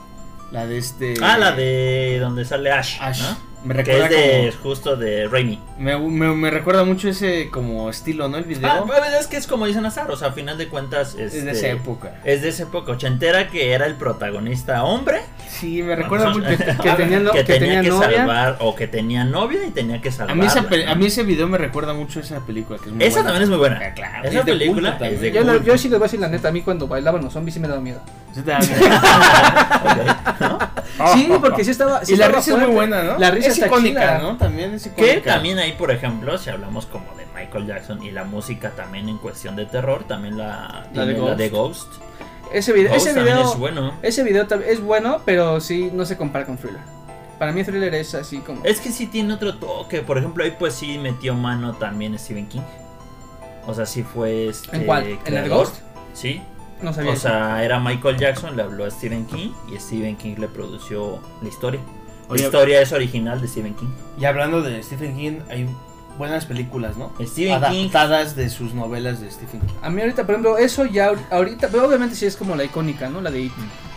La de este.
Ah, la de donde sale Ash,
Ash.
¿no?
Me
Que
recuerda
es de, justo de Raimi.
como- me, me- me recuerda mucho ese como estilo, ¿no? El video.
Ah, pues, es que es como dicen azar, o sea, a final de cuentas este,
es de esa época.
Es de esa época ochentera que era el protagonista hombre.
Sí, me recuerda
Vamos,
mucho.
que tenía no- que tenía
que
novia.
salvar o que tenía novia y tenía que
A
salvarla.
mí, esa pe-
¿no?
a mí ese video me recuerda mucho a esa película. Que es muy
Esa
buena.
también es muy buena.
Ah, claro,
Esa
es de
película
culto
es de
también.
Yo, la-
culto.
yo sí les voy a decir la neta, a mí cuando bailaban los zombies sí me daba miedo.
Sí, te da miedo.
Ok.
Sí, porque sí estaba... sí
Y la
estaba
risa es muy
fuerte.
buena, ¿no?
La risa
es
está
icónica,
chida.
¿no? También es
Que
icónica.
también ahí, por ejemplo, si hablamos como de Michael Jackson y la música también en cuestión de terror, también la,
La de
tiene
Ghost.
Ghost.
Ese video,
Ghost
ese
también
video,
es bueno.
ese video tam- es bueno, pero sí no se compara con Thriller. Para mí Thriller es así como...
Es que sí tiene otro toque. Por ejemplo, ahí pues sí metió mano también Stephen King. O sea, sí fue este.
¿En cuál? ¿En la de
creador.
Ghost?
Sí.
No sabía.
O
eso.
sea, era Michael Jackson, le habló a Stephen King y Stephen King le produció la historia.
Oye,
la historia es original de Stephen King.
Y hablando de Stephen King, hay buenas películas, ¿no?
Stephen King.
Adaptadas de sus novelas de Stephen King.
A mí ahorita, por ejemplo, eso ya ahor- ahorita, pero obviamente sí es como la icónica, ¿no? La de It.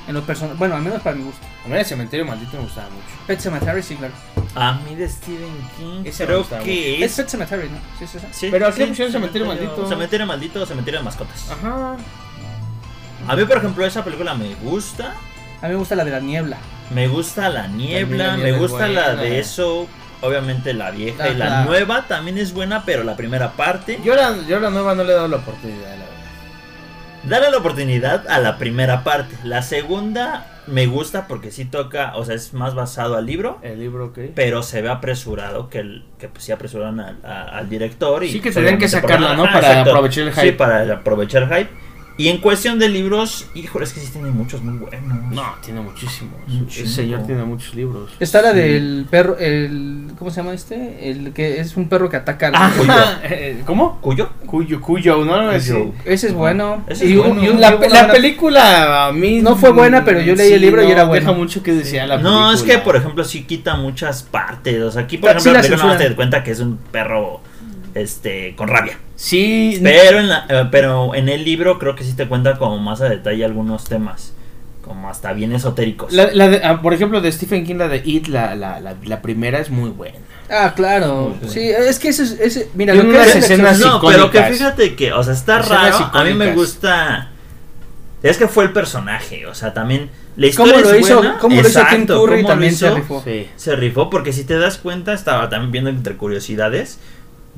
En lo personal, bueno, al menos para mi gusto.
A mí el cementerio maldito me gustaba mucho.
Pet Cemetery, sí, claro.
A mí de Stephen King.
Ese me
creo
gustaba
Es
que es.
Pet Cemetery, ¿no? Sí, sí, sí.
sí,
Pero aquí le pusieron Cementerio Maldito. Ah.
Cementerio maldito, cementerio de mascotas.
Ajá.
A mí, por ejemplo, esa película me gusta.
A mí me gusta la de la niebla.
Me gusta la niebla,
niebla
me
es
gusta la
buena. Ah,
de eso. Obviamente la vieja y la
Ajá.
nueva también es buena, pero la primera parte.
Yo la, yo la nueva no le he dado la oportunidad, la verdad.
Dale la oportunidad a la primera parte. La segunda me gusta porque sí toca, o sea, es más basado al libro,
El libro, ok.
pero se ve apresurado que, el, que pues sí apresuran al, a- al director. Y pues,
Sí, que tenían que
obviamente por-
sacarla, ¿no?
Ajá,
Para
exacto.
aprovechar el
Sí,
hype.
para aprovechar el hype. Y en cuestión de libros, híjole, es que sí tienen muchos muy buenos.
No, tiene muchísimos.
Un
Ese
chingo.
señor tiene muchos libros.
Está la
Sí.
del perro, el... ¿Cómo se llama este? El que es un perro que ataca. a
Ah.
la-
Ajá. Eh, ¿Cómo?
¿Cuyo?
Cuyo, cuyo, ¿no?
Cuyo.
Sí.
Ese es bueno.
Ese es
Y un-
bueno.
y un-
La,
y una
la
buena-
película a mí
No fue buena, pero yo leí el libro y era
no,
buena.
Deja mucho que desear la película.
No, es que por ejemplo sí quita muchas partes. O sea, aquí por
Pero sí la
ejemplo la película nada más te
censuran.
das cuenta que es un perro este con rabia.
Sí,
Pero en la, eh, pero en el libro creo que sí te cuenta como más a detalle algunos temas, como hasta bien esotéricos.
la, la de- ah, por ejemplo, de Stephen King, la de It, la, la, la, la primera es muy buena.
Ah, claro.
Ujú.
Sí, es que eso es... ese- mira,
Y
lo que
unas
es el
escenas-
exorcismo-
no,
icónicas.
pero que fíjate que, o sea, está
Escenas
raro. A mí me
icónicas.
gusta es que fue el personaje, o sea, también la
¿Cómo
historia
lo
es
hizo?
buena,
¿Cómo lo hizo Tim
exacto,
Curry?
¿cómo lo
También se
hizo?
rifó.
Sí.
se rifó porque si te das cuenta, estaba también viendo entre curiosidades,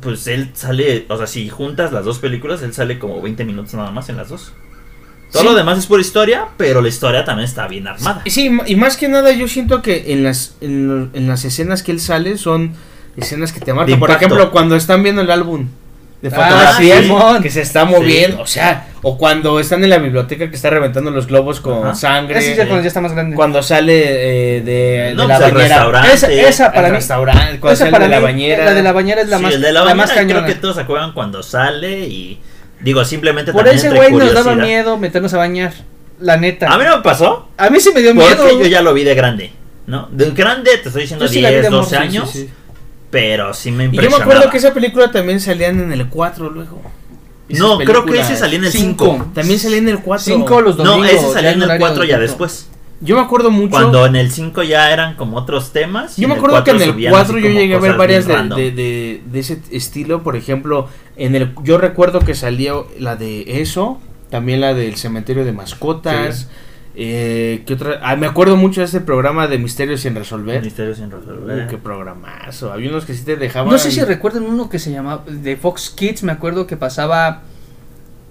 pues él sale, o sea, si juntas las dos películas, él sale como 20 minutos nada más en las dos. Todo
Sí.
lo demás es por historia, pero la historia también está bien armada.
Sí, m- y más que nada yo siento que en las, en, lo- en las escenas que él sale son escenas que te marcan. Por
impacto.
ejemplo, cuando están viendo el álbum de
Ah,
fotografías
Simón.
que se está moviendo, o sea, o cuando están en la biblioteca que está reventando los globos con
Ajá.
sangre.
Ese es ya cuando ya está más grande.
Cuando sale eh, de,
No,
de la
pues, al
bañera.
restaurante.
Esa, esa para
Al
mí...
restaurante, cuando
esa
sale
para
de la
mí,
bañera.
La de la bañera es la
Sí,
más,
el de la
la
bañera
más cañona.
creo que todos se acuerdan cuando sale y digo, simplemente
Por
también
ese
entre
güey nos
curiosidad.
daba miedo meternos a bañar. La neta.
A mí no me pasó.
A mí sí me dio miedo.
Porque yo ya lo vi de grande. ¿No? De grande te estoy diciendo
Yo sí la vi
10,
de amor,
12
sí, sí,
años.
sí.
Pero sí me
Y yo
impresionó.
me acuerdo que esa película también salían en el 4 luego. Esas
No, creo que
películas.
ese salía en el
Cinco.
5.
También salía en el 4.
5 los
No,
domingos.
ese
ya
salía en el
horario
4 ya
adulto.
después.
Yo me acuerdo mucho.
Cuando en el 5 ya eran como otros temas. y
Yo me
el
acuerdo que
cuatro
en el
subían así
4 yo
como
llegué a ver
cosas
varias de,
bien random.
de- de- de ese estilo. Por ejemplo, en el yo recuerdo que salió la de eso, también la del cementerio de mascotas. eh, ¿qué otra? Ah, me acuerdo mucho de este programa de Misterios sin Resolver.
Misterios sin resolver.
Uh, qué programazo. Había unos que sí te dejaban.
No sé si recuerdan uno que se llamaba de Fox Kids, me acuerdo que pasaba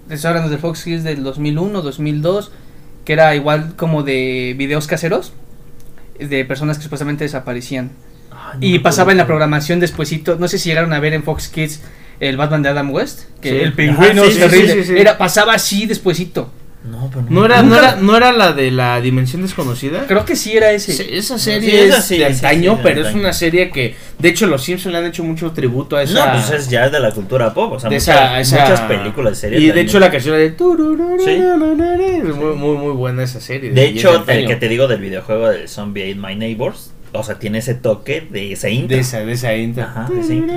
estoy hablando de Fox Kids del 2001, 2002, que era igual como de videos caseros de personas que supuestamente desaparecían.
Ay, Ah, no
Y
me
pasaba en la
acuerdo.
programación despuesito, no sé si llegaron a ver en Fox Kids el Batman de Adam West, que
Sí.
el pingüino
Ajá, sí,
se
sí,
ríe.
sí, sí, sí.
era pasaba así despuesito.
No, pero
¿No era, no,
Nunca-
era, ¿No era la de la dimensión desconocida?
Creo que sí era ese.
Sí, esa serie
Sí, esa
es
sí,
de
sí, sí,
antaño,
de
pero es
antaño.
una serie que, de hecho, los Simpson le han hecho mucho tributo a esa.
No, pues es ya es de la cultura pop. O sea,
de
muchas,
esa- esa-
muchas películas, series.
Y de
también.
hecho la canción de tururururururu,
Sí.
es muy, muy muy buena esa serie.
De
y es
hecho, el
antaño.
que te digo del videojuego de Zombie Ate My Neighbors, o sea, tiene ese toque de ese intro.
de esa de esa intro.
Ajá, de ese intro.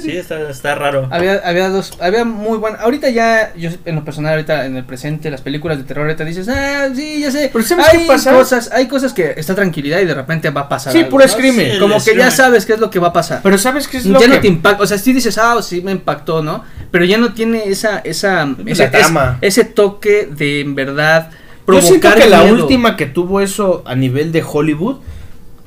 Sí, está, está raro.
Había, había dos, había muy buena. Ahorita ya, yo en lo personal, ahorita en el presente, las películas de terror, ahorita dices, ah, sí, ya sé.
Pero ¿sabes
hay
qué pasa?
cosas, hay cosas que está tranquilidad y de repente va a pasar.
Sí,
algo,
puro
¿no?
screamer.
Sí, Como
el
que ya
screamer.
sabes qué es lo que va a pasar.
Pero sabes qué es
ya
lo
no
que
te impacta, o sea, sí dices, ah, sí me impactó, ¿no? Pero ya no tiene esa, esa, ese,
trama.
es- ese toque de en verdad
yo siento
provocar
que la
miedo.
última que tuvo eso a nivel de Hollywood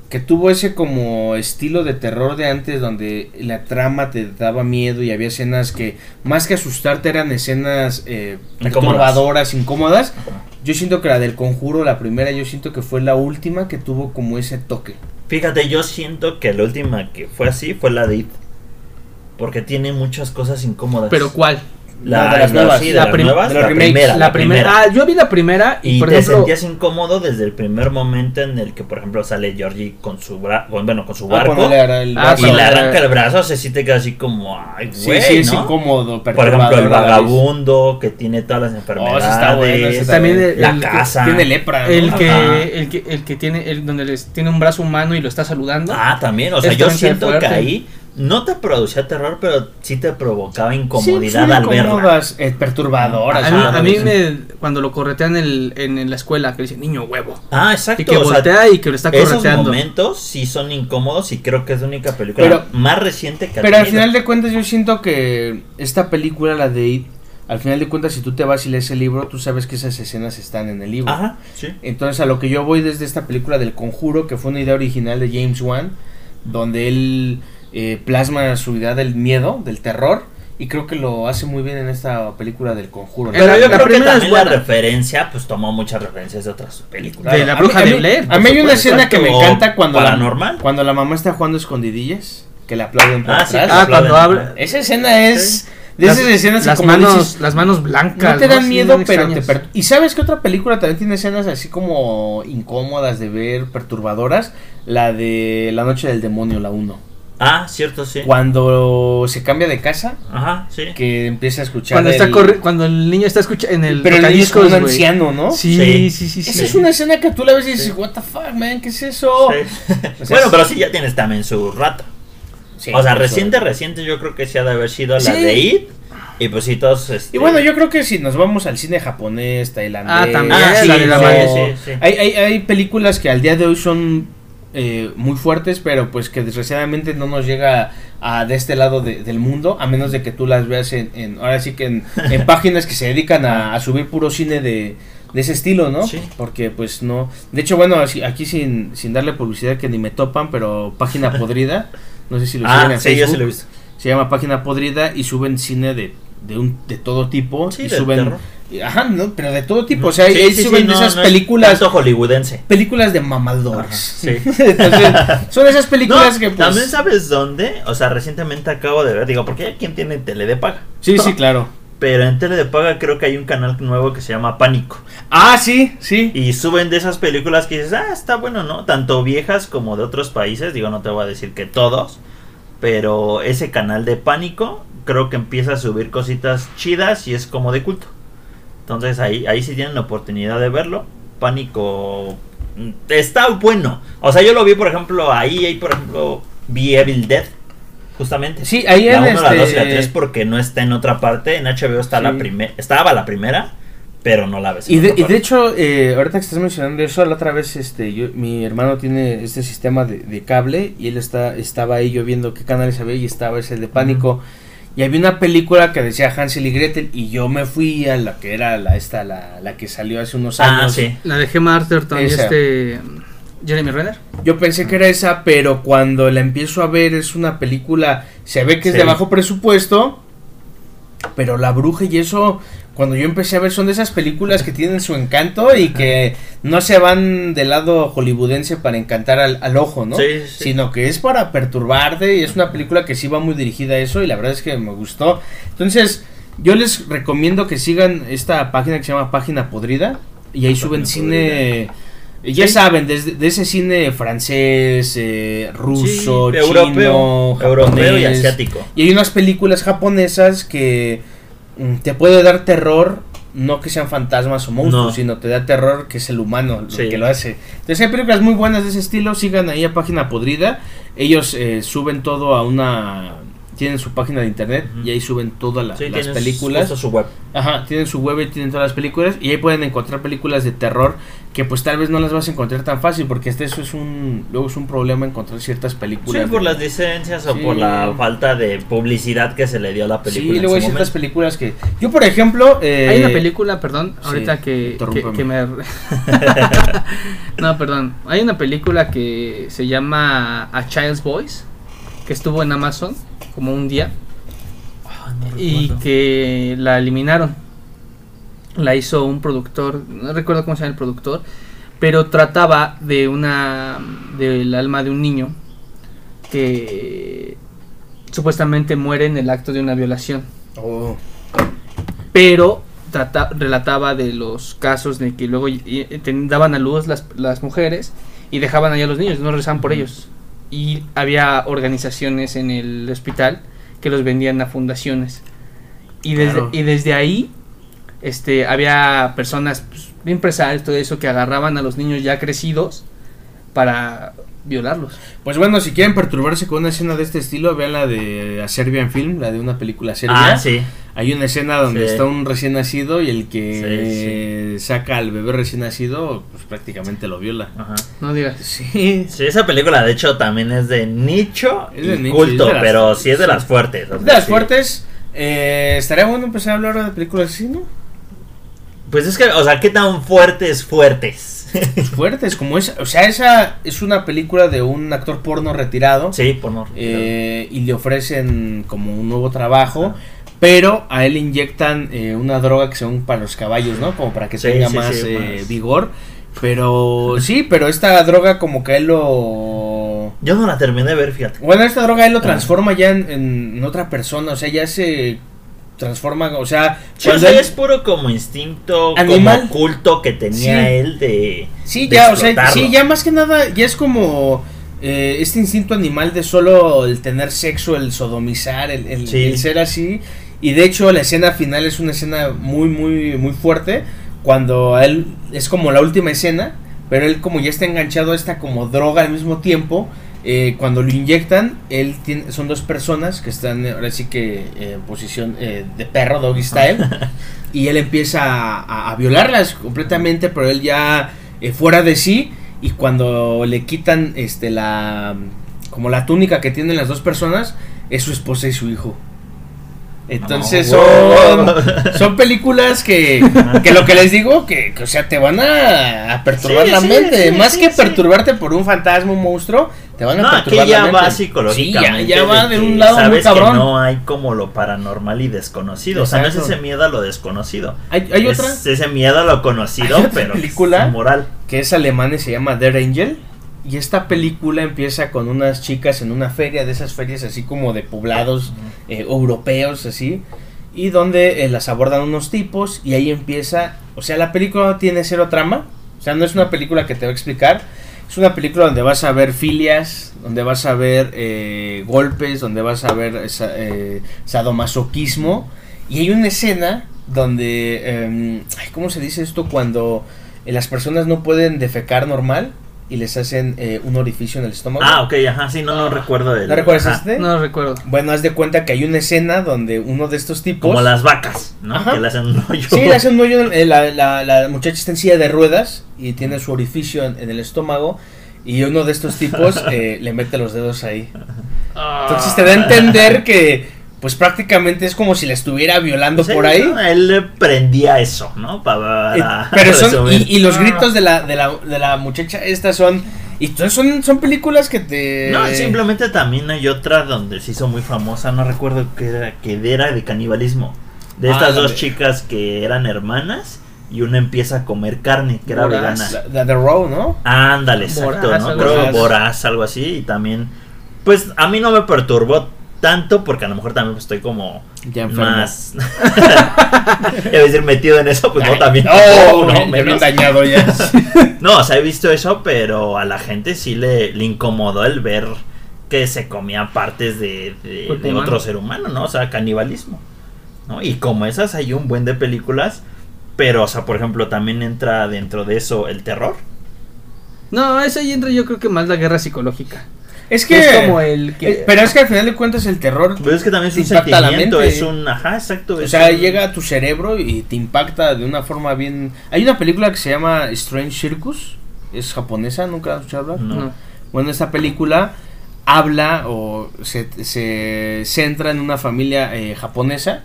que tuvo ese como estilo de terror de antes donde la trama te daba miedo y había escenas que más que asustarte eran escenas eh,
Incómodas.
perturbadoras, incómodas.
Ajá.
Yo siento que la del conjuro, la primera, yo siento que fue la última que tuvo como ese toque.
Fíjate, yo siento que la última que fue así fue la de It. Porque tiene muchas cosas incómodas.
Pero ¿cuál?
La,
No, de las
la-
nuevas.
sí, de
La
las
prim-
nuevas,
de los
la
remakes,
primera.
La,
la
primera.
primera.
Ah, yo vi la primera y,
Y
por
te
ejemplo,
sentías incómodo desde el primer momento en el que, por ejemplo, sale Georgie con su bra con- bueno, con su
Ah,
barco
cuando le agarra el
Ah,
brazo.
y le
cuando-
arranca el brazo, se siente que así como, ay,
Sí,
güey,
sí, es
¿no?
incómodo,
Por ejemplo, el
perturbador a la vez.
vagabundo que tiene todas las
Oh,
enfermedades.
ese está bueno, ese está
También
bueno.
el-
la
el que
casa.
Tiene lepra. ¿no?
El
Ajá.
que, el que el que tiene el donde les tiene un brazo humano y lo está saludando.
Ah, también. O sea,
Es
yo
tranquilo,
siento
fuerte.
que ahí no te producía terror, pero sí te provocaba
Sí,
incomodidad
son
al verla.
incómodas, eh, perturbadoras.
a
ah,
mí,
¿no?
a mí
Sí.
me cuando lo corretean en, el- en, en la escuela que le dicen niño huevo
Ah,
y
exacto.
que
o sea,
voltea y que lo está
esos
correteando.
momentos sí son incómodos y creo que es la única película más reciente que ha
Pero al
tenido.
final de cuentas yo siento que esta película, la de It, al final de cuentas si tú te vas y lees el libro, tú sabes que esas escenas están en el libro.
Ajá, sí.
Entonces a lo que yo voy desde esta película del conjuro, que fue una idea original de James Wan, donde él eh, plasma su idea del miedo, del terror, y creo que lo hace muy bien en esta película del conjuro. ¿no?
Pero
La- la
yo creo que
primera es
también la
buena.
referencia, pues tomó muchas referencias de otras películas.
De la
A mí-
bruja
a
de
mí-
Blair,
A
por
mí hay una
supuesto.
escena que me
O
encanta cuando
paranormal.
La, cuando la mamá está jugando escondidillas, que le aplauden por
Ah, sí,
atrás.
Ah,
habla de-
cuando abre-
Esa escena es. De
Las-
esas escenas que
las
como
manos
dices,
las manos blancas
no te dan
Sí,
miedo,
bien
pero te
extrañas.
per- Y sabes que otra película también tiene escenas así como incómodas de ver, perturbadoras. La de La Noche del Demonio, la 1.
Ah, cierto, sí.
Cuando se cambia de casa,
Ajá, sí.
que empieza a escuchar.
cuando está
el-
corri- cuando el niño está escuchando en el
Pero el niño es como
tocadiscos,
un
güey.
anciano, ¿no?
Sí,
Sí.
sí, sí, sí.
Esa es una escena que tú la ves y dices, ¿What the fuck, man? ¿Qué es eso?
Sí.
O sea,
bueno, pero sí ya tienes también su rato.
Sí,
o sea,
eso.
reciente, reciente yo creo que sí ha de haber sido la
Sí.
de It. Y pues sí, todos... este,
Y bueno, yo creo que si nos vamos al cine japonés, tailandés,
Ah, también,
Ah, sí,
chino,
la de la
madre, sí, sí.
Hay, hay, hay películas que al día de hoy son eh, muy fuertes, pero pues que desgraciadamente no nos llega a, de este lado de- del mundo, a menos de que tú las veas en, en- ahora sí que en, en páginas que se dedican a, a subir puro cine de, de ese estilo, ¿no?
Sí.
Porque pues no. De hecho, bueno, así- aquí sin, sin darle publicidad que ni me topan, pero página podrida. No sé si lo siguen
Ah,
en
sí, yo sí
Facebook
lo he visto.
se llama Página Podrida y suben cine de, de, un, de todo tipo.
Sí,
y
de
suben,
terror.
Ajá, no, pero de todo tipo. O sea,
Sí,
ahí
sí, sí,
suben
no,
esas
no es
películas.
Tanto hollywoodense.
Películas de
Ajá,
mamadores.
Sí.
Entonces, son esas
No,
películas que pues.
También sabes dónde, o sea, recientemente acabo de ver, digo, porque ¿quién tiene tele de paga?
Sí, sí, claro.
Pero en tele de paga creo que hay un canal nuevo que se llama Pánico.
Ah, sí, sí.
Y suben de esas películas que dices, ah, está bueno, ¿no? Tanto viejas como de otros países, digo, no te voy a decir que todos, pero ese canal de pánico creo que empieza a subir cositas chidas y es como de culto. Entonces ahí, ahí sí tienen la oportunidad de verlo. Pánico mm, está bueno. O sea, yo lo vi, por ejemplo, ahí, ahí, por ejemplo, vi Evil Dead. Justamente.
Sí, ahí
la
en
1, la 2 y la
este-
3 porque no está en otra parte. En HBO está la
Sí.
primera. Estaba la primera, pero no la ves. en
Y de, y
otra
de
parte.
hecho, eh, ahorita que estás mencionando eso, la otra vez este, yo- mi hermano tiene este sistema de, de cable y él está, estaba ahí yo viendo qué canales había y estaba ese de pánico. Y había una película que decía Hansel y Gretel y yo me fui a la que era la, esta, la, la que salió hace unos
Ah,
años.
sí.
La de Gemma Arterton y
Esa.
este. mm, Jeremy Renner.
Yo pensé que era esa, pero cuando la empiezo a ver es una película, se ve que es de
Sí.
bajo presupuesto, pero La Bruja y eso, cuando yo empecé a ver, son de esas películas que tienen su encanto y que no se van del lado hollywoodense para encantar al, al ojo, ¿no?
Sí, sí.
Sino que es para perturbarte y es una película que sí va muy dirigida a eso y la verdad es que me gustó. Entonces, yo les recomiendo que sigan esta página que se llama Página Podrida y ahí suben
Página
cine... Ya
Sí.
saben, desde de ese cine francés, eh, ruso, chino,
europeo, europeo y
japonés.
asiático.
Y hay unas películas japonesas que mm, te puede dar terror, no que sean fantasmas o monstruos,
No.
sino te da terror que es el humano lo
Sí.
que lo hace. Entonces hay películas muy buenas de ese estilo, sigan ahí a Página Podrida. Ellos eh, suben todo a una... Tienen su página de internet
Ujú.
y ahí suben todas la-
Sí,
las
tienes
películas.
justo su web.
Ajá, tienen su web y tienen todas las películas y ahí pueden encontrar películas de terror que pues tal vez no las vas a encontrar tan fácil porque este eso es un luego es un problema encontrar ciertas
Sí,
películas.
por las licencias o
Sí.
por la falta de publicidad que se le dio a la película.
Sí,
en
luego hay
su
ciertas
momento.
películas que yo por ejemplo eh,
Hay una película, perdón,
sí,
ahorita que, que,
interrúmpeme.
que me... no, perdón. Hay una película que se llama A Child's Voice, que estuvo en Amazon como un día
Ah, no
y
recuerdo.
que la eliminaron. La hizo un productor, no recuerdo cómo se llama el productor, pero trataba de una del alma de un niño que supuestamente muere en el acto de una violación
Oh,
pero trata- relataba de los casos de que luego y- y- ten- daban a luz las, las mujeres y dejaban allá a los niños, no regresaban por ellos. Y había organizaciones en el hospital que los vendían a fundaciones. Y desde,
Claro.
y desde ahí este, había personas, pues, empresarios, todo eso, que agarraban a los niños ya crecidos para violarlos.
pues bueno, si quieren perturbarse con una escena de este estilo, vean la de A Serbian Film, la de una película serbia.
Ah, sí.
Hay una escena donde
Sí.
está un recién nacido y el que
Sí,
eh, saca al bebé recién nacido, pues prácticamente lo viola.
Ajá.
No digas.
Sí,
Sí, esa película de hecho también es de nicho
Es de
y
nicho,
culto,
es de las-
pero sí es de
sí.
las fuertes. o sea,
De las
sí.
fuertes, eh, estaría bueno empezar a hablar ahora de películas así, ¿no?
Pues es que, o sea, ¿qué tan fuertes fuertes?
Pues fuertes, como esa. O sea, esa es una película de un actor porno retirado.
sí, por no.
eh, y le ofrecen como un nuevo trabajo. Pero a él le inyectan eh, una droga que según para los caballos, ¿no? Como para que
Sí,
tenga
sí,
más,
sí,
eh,
más.
vigor. Pero sí, pero esta droga como que a él lo...
Yo no la terminé de ver, fíjate.
Bueno, esta droga él
Ah.
lo transforma ya en, en otra persona. O sea, ya se transforma, o sea...
Sí, o
cuando
sea,
él-
es puro como instinto,
Animal.
como culto que tenía
Sí.
él de.
Sí,
de
ya, o sea,
explotarlo.
sí, ya más que nada, ya es como eh, este instinto animal de solo el tener sexo, el sodomizar, el, el-
Sí.
el ser así. Y de hecho, la escena final es una escena muy, muy, muy fuerte. Cuando a él es como la última escena, pero él, como ya está enganchado a esta como droga al mismo tiempo. eh, cuando lo inyectan, él tiene, son dos personas que están eh, ahora sí que eh, en posición eh, de perro, doggy style. y él empieza a, a- a violarlas completamente, pero él ya eh, fuera de sí y cuando le quitan este la como la túnica que tienen las dos personas es su esposa y su hijo. Entonces
Oh,
son,
wow.
son películas que, que lo que les digo, que, que, o sea, te van a, a perturbar
Sí,
la
sí,
mente.
sí,
Más
sí,
que
sí.
perturbarte por un fantasma, un monstruo, te van a
No, aquí
perturbar la
ya
mente.
va
Sí,
psicológicamente.
ya, ya va de
que
un lado muy
sabes
cabrón.
que no hay como lo paranormal y desconocido. O sea, no
Exacto.
es ese miedo a lo desconocido.
Hay, hay
es
otra
ese miedo a lo conocido,
Hay otra
pero
película.
es moral.
que es alemana y se llama Der Angel. Y esta película empieza con unas chicas en una feria, de esas ferias así como de poblados eh, europeos, así. Y donde eh, las abordan unos tipos y ahí empieza... O sea, la película no tiene cero trama. O sea, no es una película que te va a explicar. Es una película donde vas a ver filias, donde vas a ver eh, golpes, donde vas a ver eh, sa- eh, sadomasoquismo. Y hay una escena donde, eh, ay, ¿cómo se dice esto? Cuando eh, las personas no pueden defecar normal y les hacen eh, un orificio en el estómago.
Ah, ok, ajá, sí, no, no recuerdo de
¿No recuerdas este?
No lo recuerdo.
Bueno, haz de cuenta que hay una escena donde uno de estos tipos...
Como las vacas, ¿no?
Ajá.
Que le hacen un hoyo.
Sí, le hacen un hoyo en el- eh, la, la- la muchacha está en silla de ruedas y tiene su orificio en, en el estómago y uno de estos tipos eh, le mete los dedos ahí. Entonces te da a entender que pues prácticamente es como si la estuviera violando
Sí,
por ahí.
¿no? Él le prendía eso, ¿no? Pa-
Eh,
Para.
pero son
resumir.
y, y los gritos de la, de la, de la muchacha estas son y entonces son son películas que te
No, simplemente también hay otra donde se hizo muy famosa, no recuerdo qué era, que era de canibalismo. De
Ah,
estas
la
dos
de-
chicas que eran hermanas y una empieza a comer carne, que era
Voraz.
vegana.
la, la de Row, ¿no?
Ándale, exacto,
Voraz,
¿no?
algo
Creo
así.
voraz, algo así. Y también, pues a mí no me perturbó tanto porque a lo mejor también estoy como
Ya enfermo.
más. Es decir, metido en eso, pues no, también.
Oh,
no,
me- me habían
menos.
dañado ya.
No, o sea, he visto eso, pero a la gente sí le, le incomodó el ver que se comía partes de, de-
Pues,
Cuerpo
de
humano.
otro ser humano, ¿no? O sea, canibalismo. ¿no? Y como esas hay un buen de películas, pero, o sea, por ejemplo, también entra dentro de eso el terror.
No, eso ahí entra yo creo que más la guerra psicológica.
Es que
Que es como el que...
eh, pero es que al final de cuentas el terror
Pero Pues es que también es un
Impacta la
sentimiento,
mente.
es un... Ajá, exacto.
O
es
sea,
un-
llega a tu cerebro y te impacta de una forma bien... Hay una película que se llama Strange Circus, es japonesa, nunca la has escuchado hablar.
No.
No.
Bueno, esta película habla o se, se centra en una familia eh, japonesa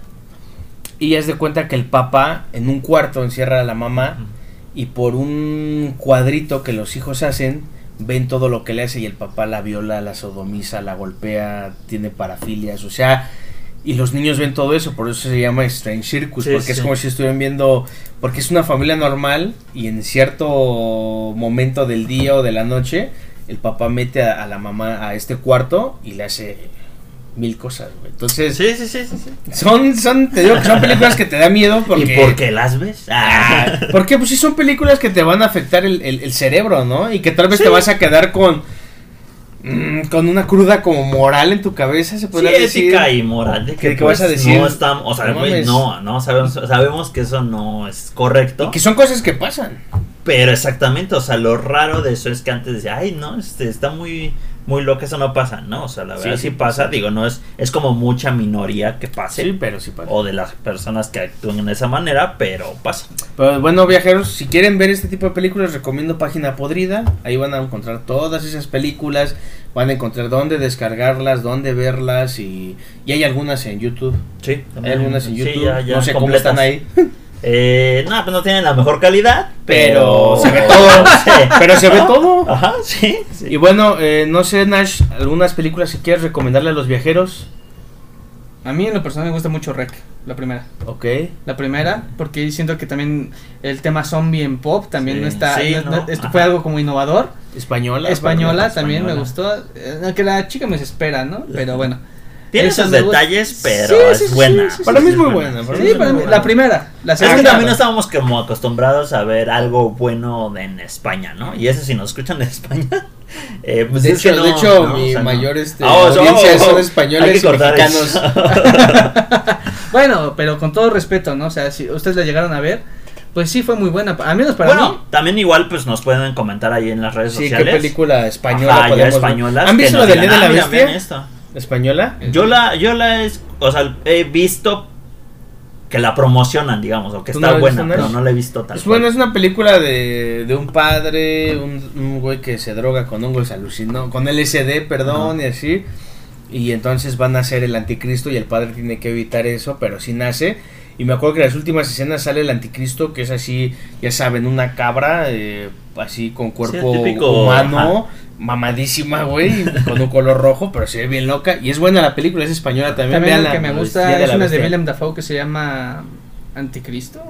y es de cuenta que el papá en un cuarto encierra a la mamá y por un cuadrito que los hijos hacen ven todo lo que le hace y el papá la viola, la sodomiza, la golpea, tiene parafilias, o sea, y los niños ven todo eso, por eso se llama Strange Circus,
Sí,
porque es
sí.
como si estuvieran viendo, porque es una familia normal y en cierto momento del día o de la noche el papá mete a, a la mamá a este cuarto y le hace mil cosas, güey. Entonces,
Sí, sí, sí, sí. sí.
son, son, te digo que son películas que te da miedo porque...
¿Y por qué las ves? Ah.
Ah, Porque pues sí son películas que te van a afectar el, el- el cerebro, ¿no? Y que tal vez
Sí.
te vas a quedar con mm, con una cruda como moral en tu cabeza, se
Sí,
podría decir.
ética y moral. De
pues ¿Qué-
que,
qué vas
pues,
a decir?
No estamos, o sea,
No
güey,
mames.
no, no, sabemos, sabemos que eso no es
Y
correcto.
que son cosas que pasan.
Pero exactamente, o sea, lo raro de eso es que antes decía, ay, no, este, está muy, muy loco, eso no pasa, ¿no? O sea, la
Sí,
verdad sí,
sí
pasa, digo, no es, es como mucha minoría que pase.
pero sí pasa.
O de las personas que actúan de esa manera, pero pasa.
Pero Pues, bueno, viajeros, si quieren ver este tipo de películas, recomiendo Página Podrida. Ahí van a encontrar todas esas películas. Van a encontrar dónde descargarlas, dónde verlas. Y, y hay algunas en YouTube.
Sí,
Hay algunas en
sí,
YouTube.
ya- ya
no sé cómo están
completas.
ahí.
Eh, no, pues no tienen la mejor calidad, pero.
Pero se ve todo.
Sí.
Pero se ve todo.
Ajá, sí. Ah, sí.
Y bueno, eh, no sé, Nash, algunas películas que quieres recomendarle a los viajeros.
A mí en lo personal me gusta mucho Rec, la primera.
Ok.
La primera, porque siento que también el tema zombie en pop también
Sí,
no está...
sí,
no- no-
¿no?
esto
Ajá.
fue algo como innovador.
Española.
española
española.
también me gustó. eh, que la chica me espera, ¿no? Pero bueno.
Tiene
Eso
esos
me gusta.
detalles,
Sí,
pero
sí,
es
sí, sí,
buena.
sí, sí,
Para mí es muy buena, para mí
Sí,
es
para
muy
mí-
buena.
la primera. La
Es que
segunda.
también no estábamos como acostumbrados a ver algo bueno en España, ¿no? Y eso si nos escuchan en España. eh, pues
De
es que
hecho, de
no,
hecho,
no, o
mi
sea, no.
mayor este,
Ah, o sea,
audiencia
oh, oh,
son
oh, hay
españoles
que
y
cortar
mexicanos.
Bueno, pero con todo respeto, ¿no? O sea, si ustedes la llegaron a ver, pues sí fue muy buena. pa- Al menos para
bueno,
mí.
también igual pues nos pueden comentar ahí en las redes
Sí, qué
sociales.
película española
Ajá, ya
podemos ver?
españolas
¿Han
que
visto la
nos
de Ley de
digan,
la
"Ah, mira,
Bestia?
vean esto".
¿Española?
Yo la, yo la es, o sea, he visto que la promocionan, digamos, o que
¿Tú
está
no la has
buena,
visto,
pero
Nash?
no la he visto tal
Es
cual.
bueno, es una película de, de un padre, un, un güey que se droga con hongos alucinó, con LSD, perdón, y así. Y entonces van a ser el anticristo y el padre tiene que evitar eso, pero sí nace. Y me acuerdo que en las últimas escenas sale el anticristo, que es así, ya saben, una cabra, eh, así con cuerpo
típico,
humano, mamadísima, güey, con un color rojo, pero se ve bien loca. Y es buena la película, es española también.
También lo
véanla,
que me
Día
gusta
de
es
la
una de
Bestia.
Willem Dafoe que se llama Anticristo.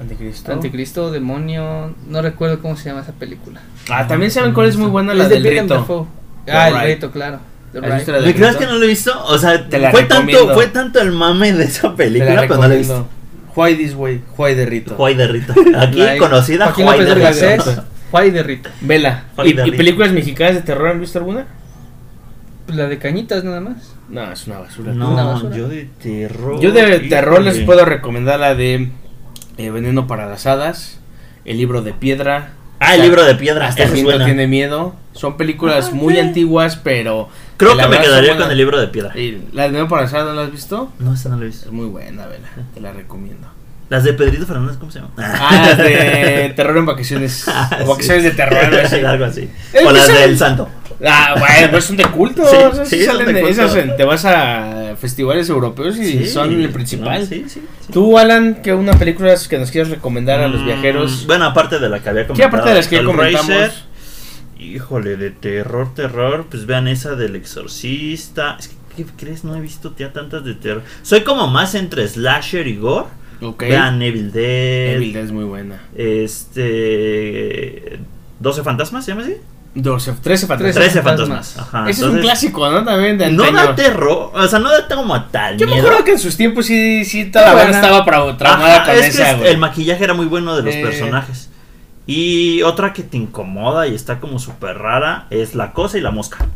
Anticristo.
Anticristo, demonio. No recuerdo cómo se llama esa película.
Ah, también saben cuál es muy buena, la
Es de
del
Willem
grito.
Dafoe.
The
Ah, el
Right.
grito, claro. The
¿Has visto
Right.
la del
¿Me crees
grito?
que no lo he visto? O sea,
Te la
fue tanto,
recomiendo.
fue tanto el mame de esa película, pero no la he visto.
Why this way, Why de Rito.
Juay de Rito. Aquí
Like,
conocida
Joaquín
Juay de
López
Rito.
Garcés, Juay de Rito.
Vela.
Why
¿Y,
de
y
Rito.
películas mexicanas de terror han visto alguna?
La de cañitas nada más.
No, es una basura.
Una
No,
basura.
yo de terror.
Yo de terror les
híjole.
puedo recomendar la de eh, Veneno para las Hadas, El libro de piedra.
Ah, el libro de piedra.
Hasta el
esa es
viento
buena.
tiene miedo. Son películas muy antiguas, pero.
Creo
la
que me
verdad son
quedaría
buenas.
con el libro de piedra.
Y La de Veneno para las Hadas, ¿no la has visto?
No, esa no la he visto.
Es muy buena, vela. Te la recomiendo.
Las de Pedrito Fernández, ¿cómo se llama?
Ah, las de terror en vacaciones.
Ah,
o vacaciones
sí.
de terror, algo así. Eh, pues
Algo así.
Es
O
que
las
son-
del santo.
Ah, bueno, pues son de culto.
Sí,
o sea,
sí,
sí
son
salen
de
de-
culto.
esas en- te vas a festivales europeos y son el principal.
No, sí, sí, sí.
Tú, Alan, ¿qué una película que nos quieras recomendar a los
Mm,
viajeros?
Bueno, aparte de la que había
Sí,
comentado.
aparte de las que ya comentamos.
Hellraiser, Híjole, de terror, terror. Pues vean esa del exorcista. Es que, ¿qué crees? No he visto ya tantas de terror. Soy como más entre slasher y gore.
Ok.
Vean Evil Dead.
Evil Dead es muy buena.
Este. 12 fantasmas, ¿se llama así?
12, 13
Trece
fantasmas.
13, fantasmas.
fantasmas.
Ajá.
Ese es un
entonces,
clásico, ¿no? También de
No da
antaño.
terror. O sea, no da como a tal.
Yo me
miedo.
acuerdo que en sus tiempos sí, sí, toda la banda
Buena.
estaba pra- traumada
Ajá,
con
es que
esa,
es-
güey.
el maquillaje era muy bueno de los
Eh.
personajes. Y otra que te incomoda y está como súper rara es La Cosa y la Mosca.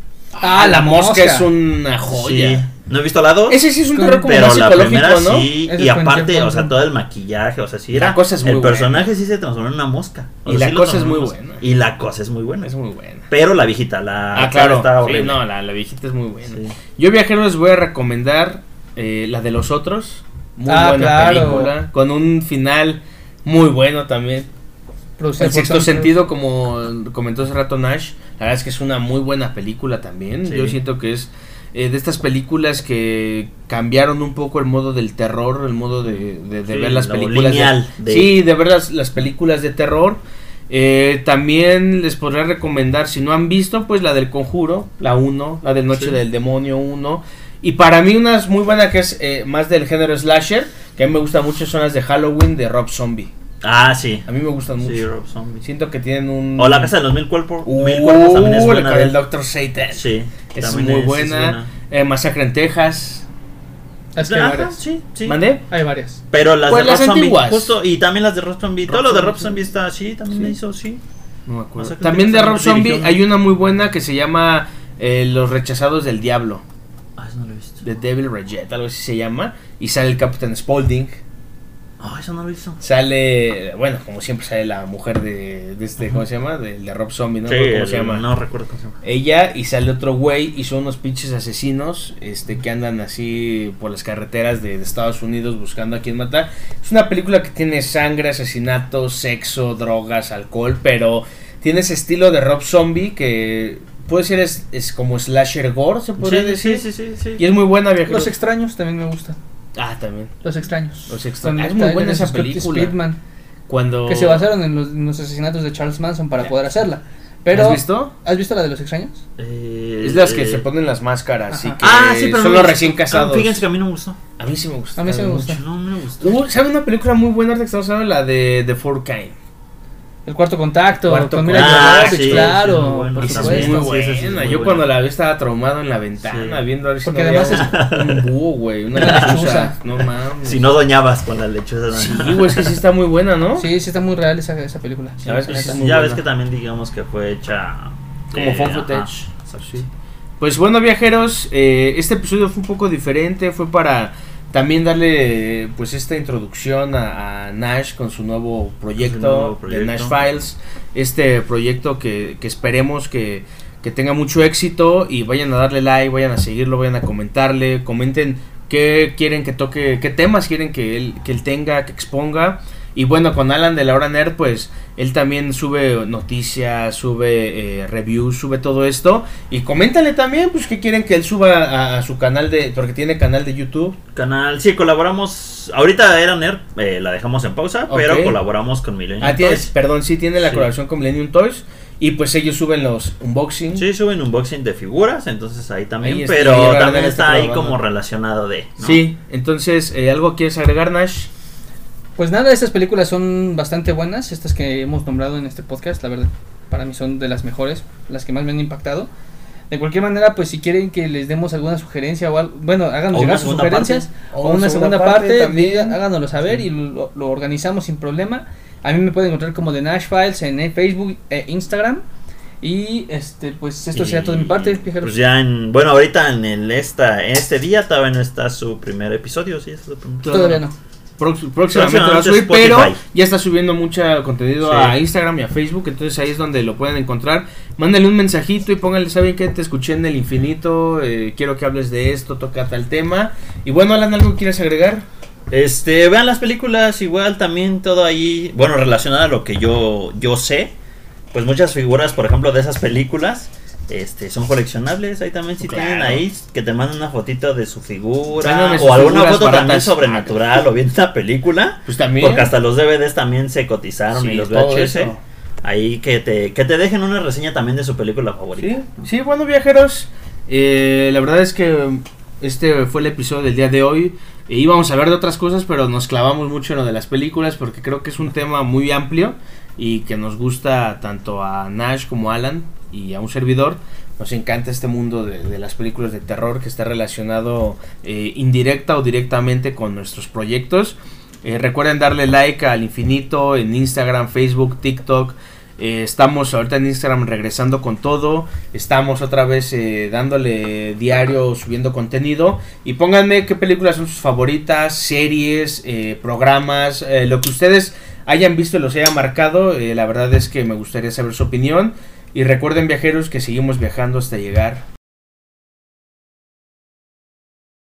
Ah, la mosca, es una joya.
Sí. No he visto la dos,
Ese sí es un terror como
pero
más
la
psicológico,
primera
¿no?
sí.
Ese
Y
es con
aparte,
Jeff
o sea,
Goldblum.
todo el maquillaje, o sea, sí
La
era.
cosa es muy
el
buena.
personaje sí se transformó en una mosca. O
Y
sea,
la
sí lo
cosa es muy
transformó en una mosca.
buena.
Y la cosa es muy buena.
Es muy buena.
Pero la viejita, la
Ah, claro.
está
Sí,
horrible.
no, la, la viejita es muy buena.
Sí.
Yo, viajeros, les voy a recomendar eh, la de los otros. Muy
Ah,
buena
claro.
película. Con un final muy bueno también.
Producido
El
por
sexto
Tom
sentido, como comentó hace rato Nash, la verdad es que es una muy buena película también.
Sí.
Yo siento que es eh, de estas películas que cambiaron un poco el modo del terror, el modo de, de- de
Sí,
ver las
lo
películas.
lineal
de,
de-
Sí, de ver las, las películas de terror. Eh, también les podría recomendar, si no han visto, pues la del Conjuro, la 1, la de Noche
Sí.
del Demonio 1. Y para mí una es muy buena que es eh, más del género slasher, que a mí me gusta mucho, son las de Halloween de Rob Zombie.
Ah, sí.
A mí me gustan mucho.
Sí, Rob Zombie.
Siento que tienen un.
O La Casa de los Mil Cuerpos.
Uh,
mil Cuerpos también es buena.
la del
de-
Dr. Satan.
Sí,
es
también
muy buena. Eh, Masacre en Texas.
Hanks. Es que hay
Ajá,
varias.
sí, sí.
¿Mandé?
Hay varias.
Pero las
Pues
de
las
Rob Zombie,
antiguas.
justo, y también las de Rob Zombie.
Rob
Todo lo de
Zombie,
Rob
sí.
Zombie está así, también la hizo, sí.
No me acuerdo.
Masacre en
También de
Texas,
Rob
dirigió
Zombie
una.
hay una muy buena que se llama eh, Los Rechazados del Diablo.
Ah, eso no lo he visto.
The Devil Reject, algo así se llama. Y sale el Capitán Spaulding.
Ah, eso no lo he visto.
Sale, bueno, como siempre sale la mujer de, de este, ¿cómo se llama? Del de Rob Zombie, ¿no? ¿Cómo se llama?
No recuerdo cómo se llama.
Ella y sale otro güey y son unos pinches asesinos este, que andan así por las carreteras de, de Estados Unidos buscando a quién matar. Es una película que tiene sangre, asesinatos, sexo, drogas, alcohol, pero tiene ese estilo de Rob Zombie que puede ser es, es como slasher gore, se podría
Sí,
decir.
sí, sí, sí, sí.
Y es muy buena, viejo.
Los extraños también me gustan.
Ah, también.
Los extraños.
Los Extraños.
Con
Ah, es muy
esta-
buena
de
esa
Scott
película. Oh.
Speedman,
Cuando...
que se basaron en los, en los asesinatos de Charles Manson para poder hacerla. Pero,
¿Has visto?
¿Has visto la de los extraños?
Eh,
Es las que
eh,
se ponen las máscaras y
Ajá.
que
Ah, sí, pero
son
no
los
me-
recién casados.
Ah, fíjense que a mí no me gustó.
A mí sí me gusta.
A mí sí me gusta.
No, no me gustó.
Uh, ¿Sabe una película muy buena ahorita que estamos hablando? La de The Four Kind.
El cuarto contacto,
Cuarto
con
Contacto.
Mila
Ah,
Jovovich,
sí, sí,
claro,
muy bueno,
por
Esa
también.
es muy
supuesto.
Sí, esa sí es
buena.
muy
Yo
buena.
cuando la vi estaba traumado en la ventana
Sí.
viendo a ver si
Porque
no
además
había un búho, güey, una
Una lechuza.
lechuza. No mames.
Si no doñabas con la lechuza.
Sí, güey, es que sí está muy buena, ¿no?
Sí, sí está muy real esa, esa película.
La verdad es que
La
sí
neta.
es muy
ya
buena.
ves que también digamos que fue hecha eh,
Como found
ajá,
footage.
exacto.
Sí. Pues bueno, viajeros, eh, este episodio fue un poco diferente, fue para también darle eh, pues esta introducción a, a Nash con su nuevo proyecto,
nuevo
de
proyecto.
Nash Files, este proyecto que, que esperemos que, que tenga mucho éxito y vayan a darle like, vayan a seguirlo, vayan a comentarle, comenten qué quieren que toque, qué temas quieren que él, que él tenga, que exponga. Y bueno, con Alan de la hora nerd, pues él también sube noticias, sube eh, reviews, sube todo esto. Y coméntale también, pues, qué quieren que él suba a, a su canal de, porque tiene canal de YouTube.
Canal, sí, colaboramos. Ahorita era Nerd, eh, la dejamos en pausa,
Ok.
pero colaboramos con Millennium.
Ah, tienes,
Toys.
perdón, sí tiene la
Sí.
colaboración con Millennium Toys. Y pues ellos suben los unboxing.
Sí, suben unboxing de figuras, entonces ahí también,
Ahí está,
pero
ahí la
también
verdad
está
está
ahí
colaborando.
como relacionado de. ¿no?
Sí, entonces, eh, ¿algo quieres agregar, Nash?
Pues nada, estas películas son bastante buenas, estas que hemos nombrado en este podcast, la verdad, para mí son de las mejores, las que más me han impactado. De cualquier manera, pues si quieren que les demos alguna sugerencia o algo, bueno,
O
háganos
una
llegar sus
segunda
sugerencias
parte.
o una segunda, parte, diga- háganoslo saber y lo, lo organizamos sin problema. A mí me pueden encontrar como The Nash Files en eh, Facebook e Instagram. Y este, pues esto sería todo de mi parte,
Pues ya en, bueno, ahorita en el esta, en este día todavía no está su primer episodio, sí, Eso es lo-
Todavía no.
Prox- próximamente lo va a
Próximamente
subir, pero
Spotify.
ya está subiendo mucho contenido
Sí.
a Instagram y a Facebook, entonces ahí es donde lo pueden encontrar. Mándale un mensajito y póngale, ¿saben qué? Te escuché en el infinito, eh, quiero que hables de esto, toca tal tema. Y bueno, Alan, ¿algo quieres agregar?
Este, vean las películas, igual también todo ahí, bueno, relacionado a lo que yo, yo sé, pues muchas figuras, por ejemplo, de esas películas, este, son coleccionables, ahí también si tienen
Claro.
ahí, que te manden una fotito de su figura,
Mándame sus
o alguna
figuras
foto también
baratas.
sobrenatural, o bien una película,
Pues también.
porque hasta los DVDs también se cotizaron
Sí,
y los
todo
VHS,
eso.
ahí que te, que te dejen una reseña también de su película favorita.
Sí, sí, bueno viajeros, eh, la verdad es que este fue el episodio del día de hoy. E íbamos a hablar de otras cosas, pero nos clavamos mucho en lo de las películas porque creo que es un tema muy amplio y que nos gusta tanto a Nash como a Alan y a un servidor. Nos encanta este mundo de, de las películas de terror que está relacionado eh, indirecta o directamente con nuestros proyectos. Eh, recuerden darle like al infinito en Instagram, Facebook, TikTok. Eh, estamos ahorita en Instagram regresando con todo. Estamos otra vez eh, dándole diario, subiendo contenido. Y pónganme qué películas son sus favoritas, series, eh, programas, eh, lo que ustedes hayan visto y los haya marcado. Eh, la verdad es que me gustaría saber su opinión. Y recuerden viajeros que seguimos viajando hasta llegar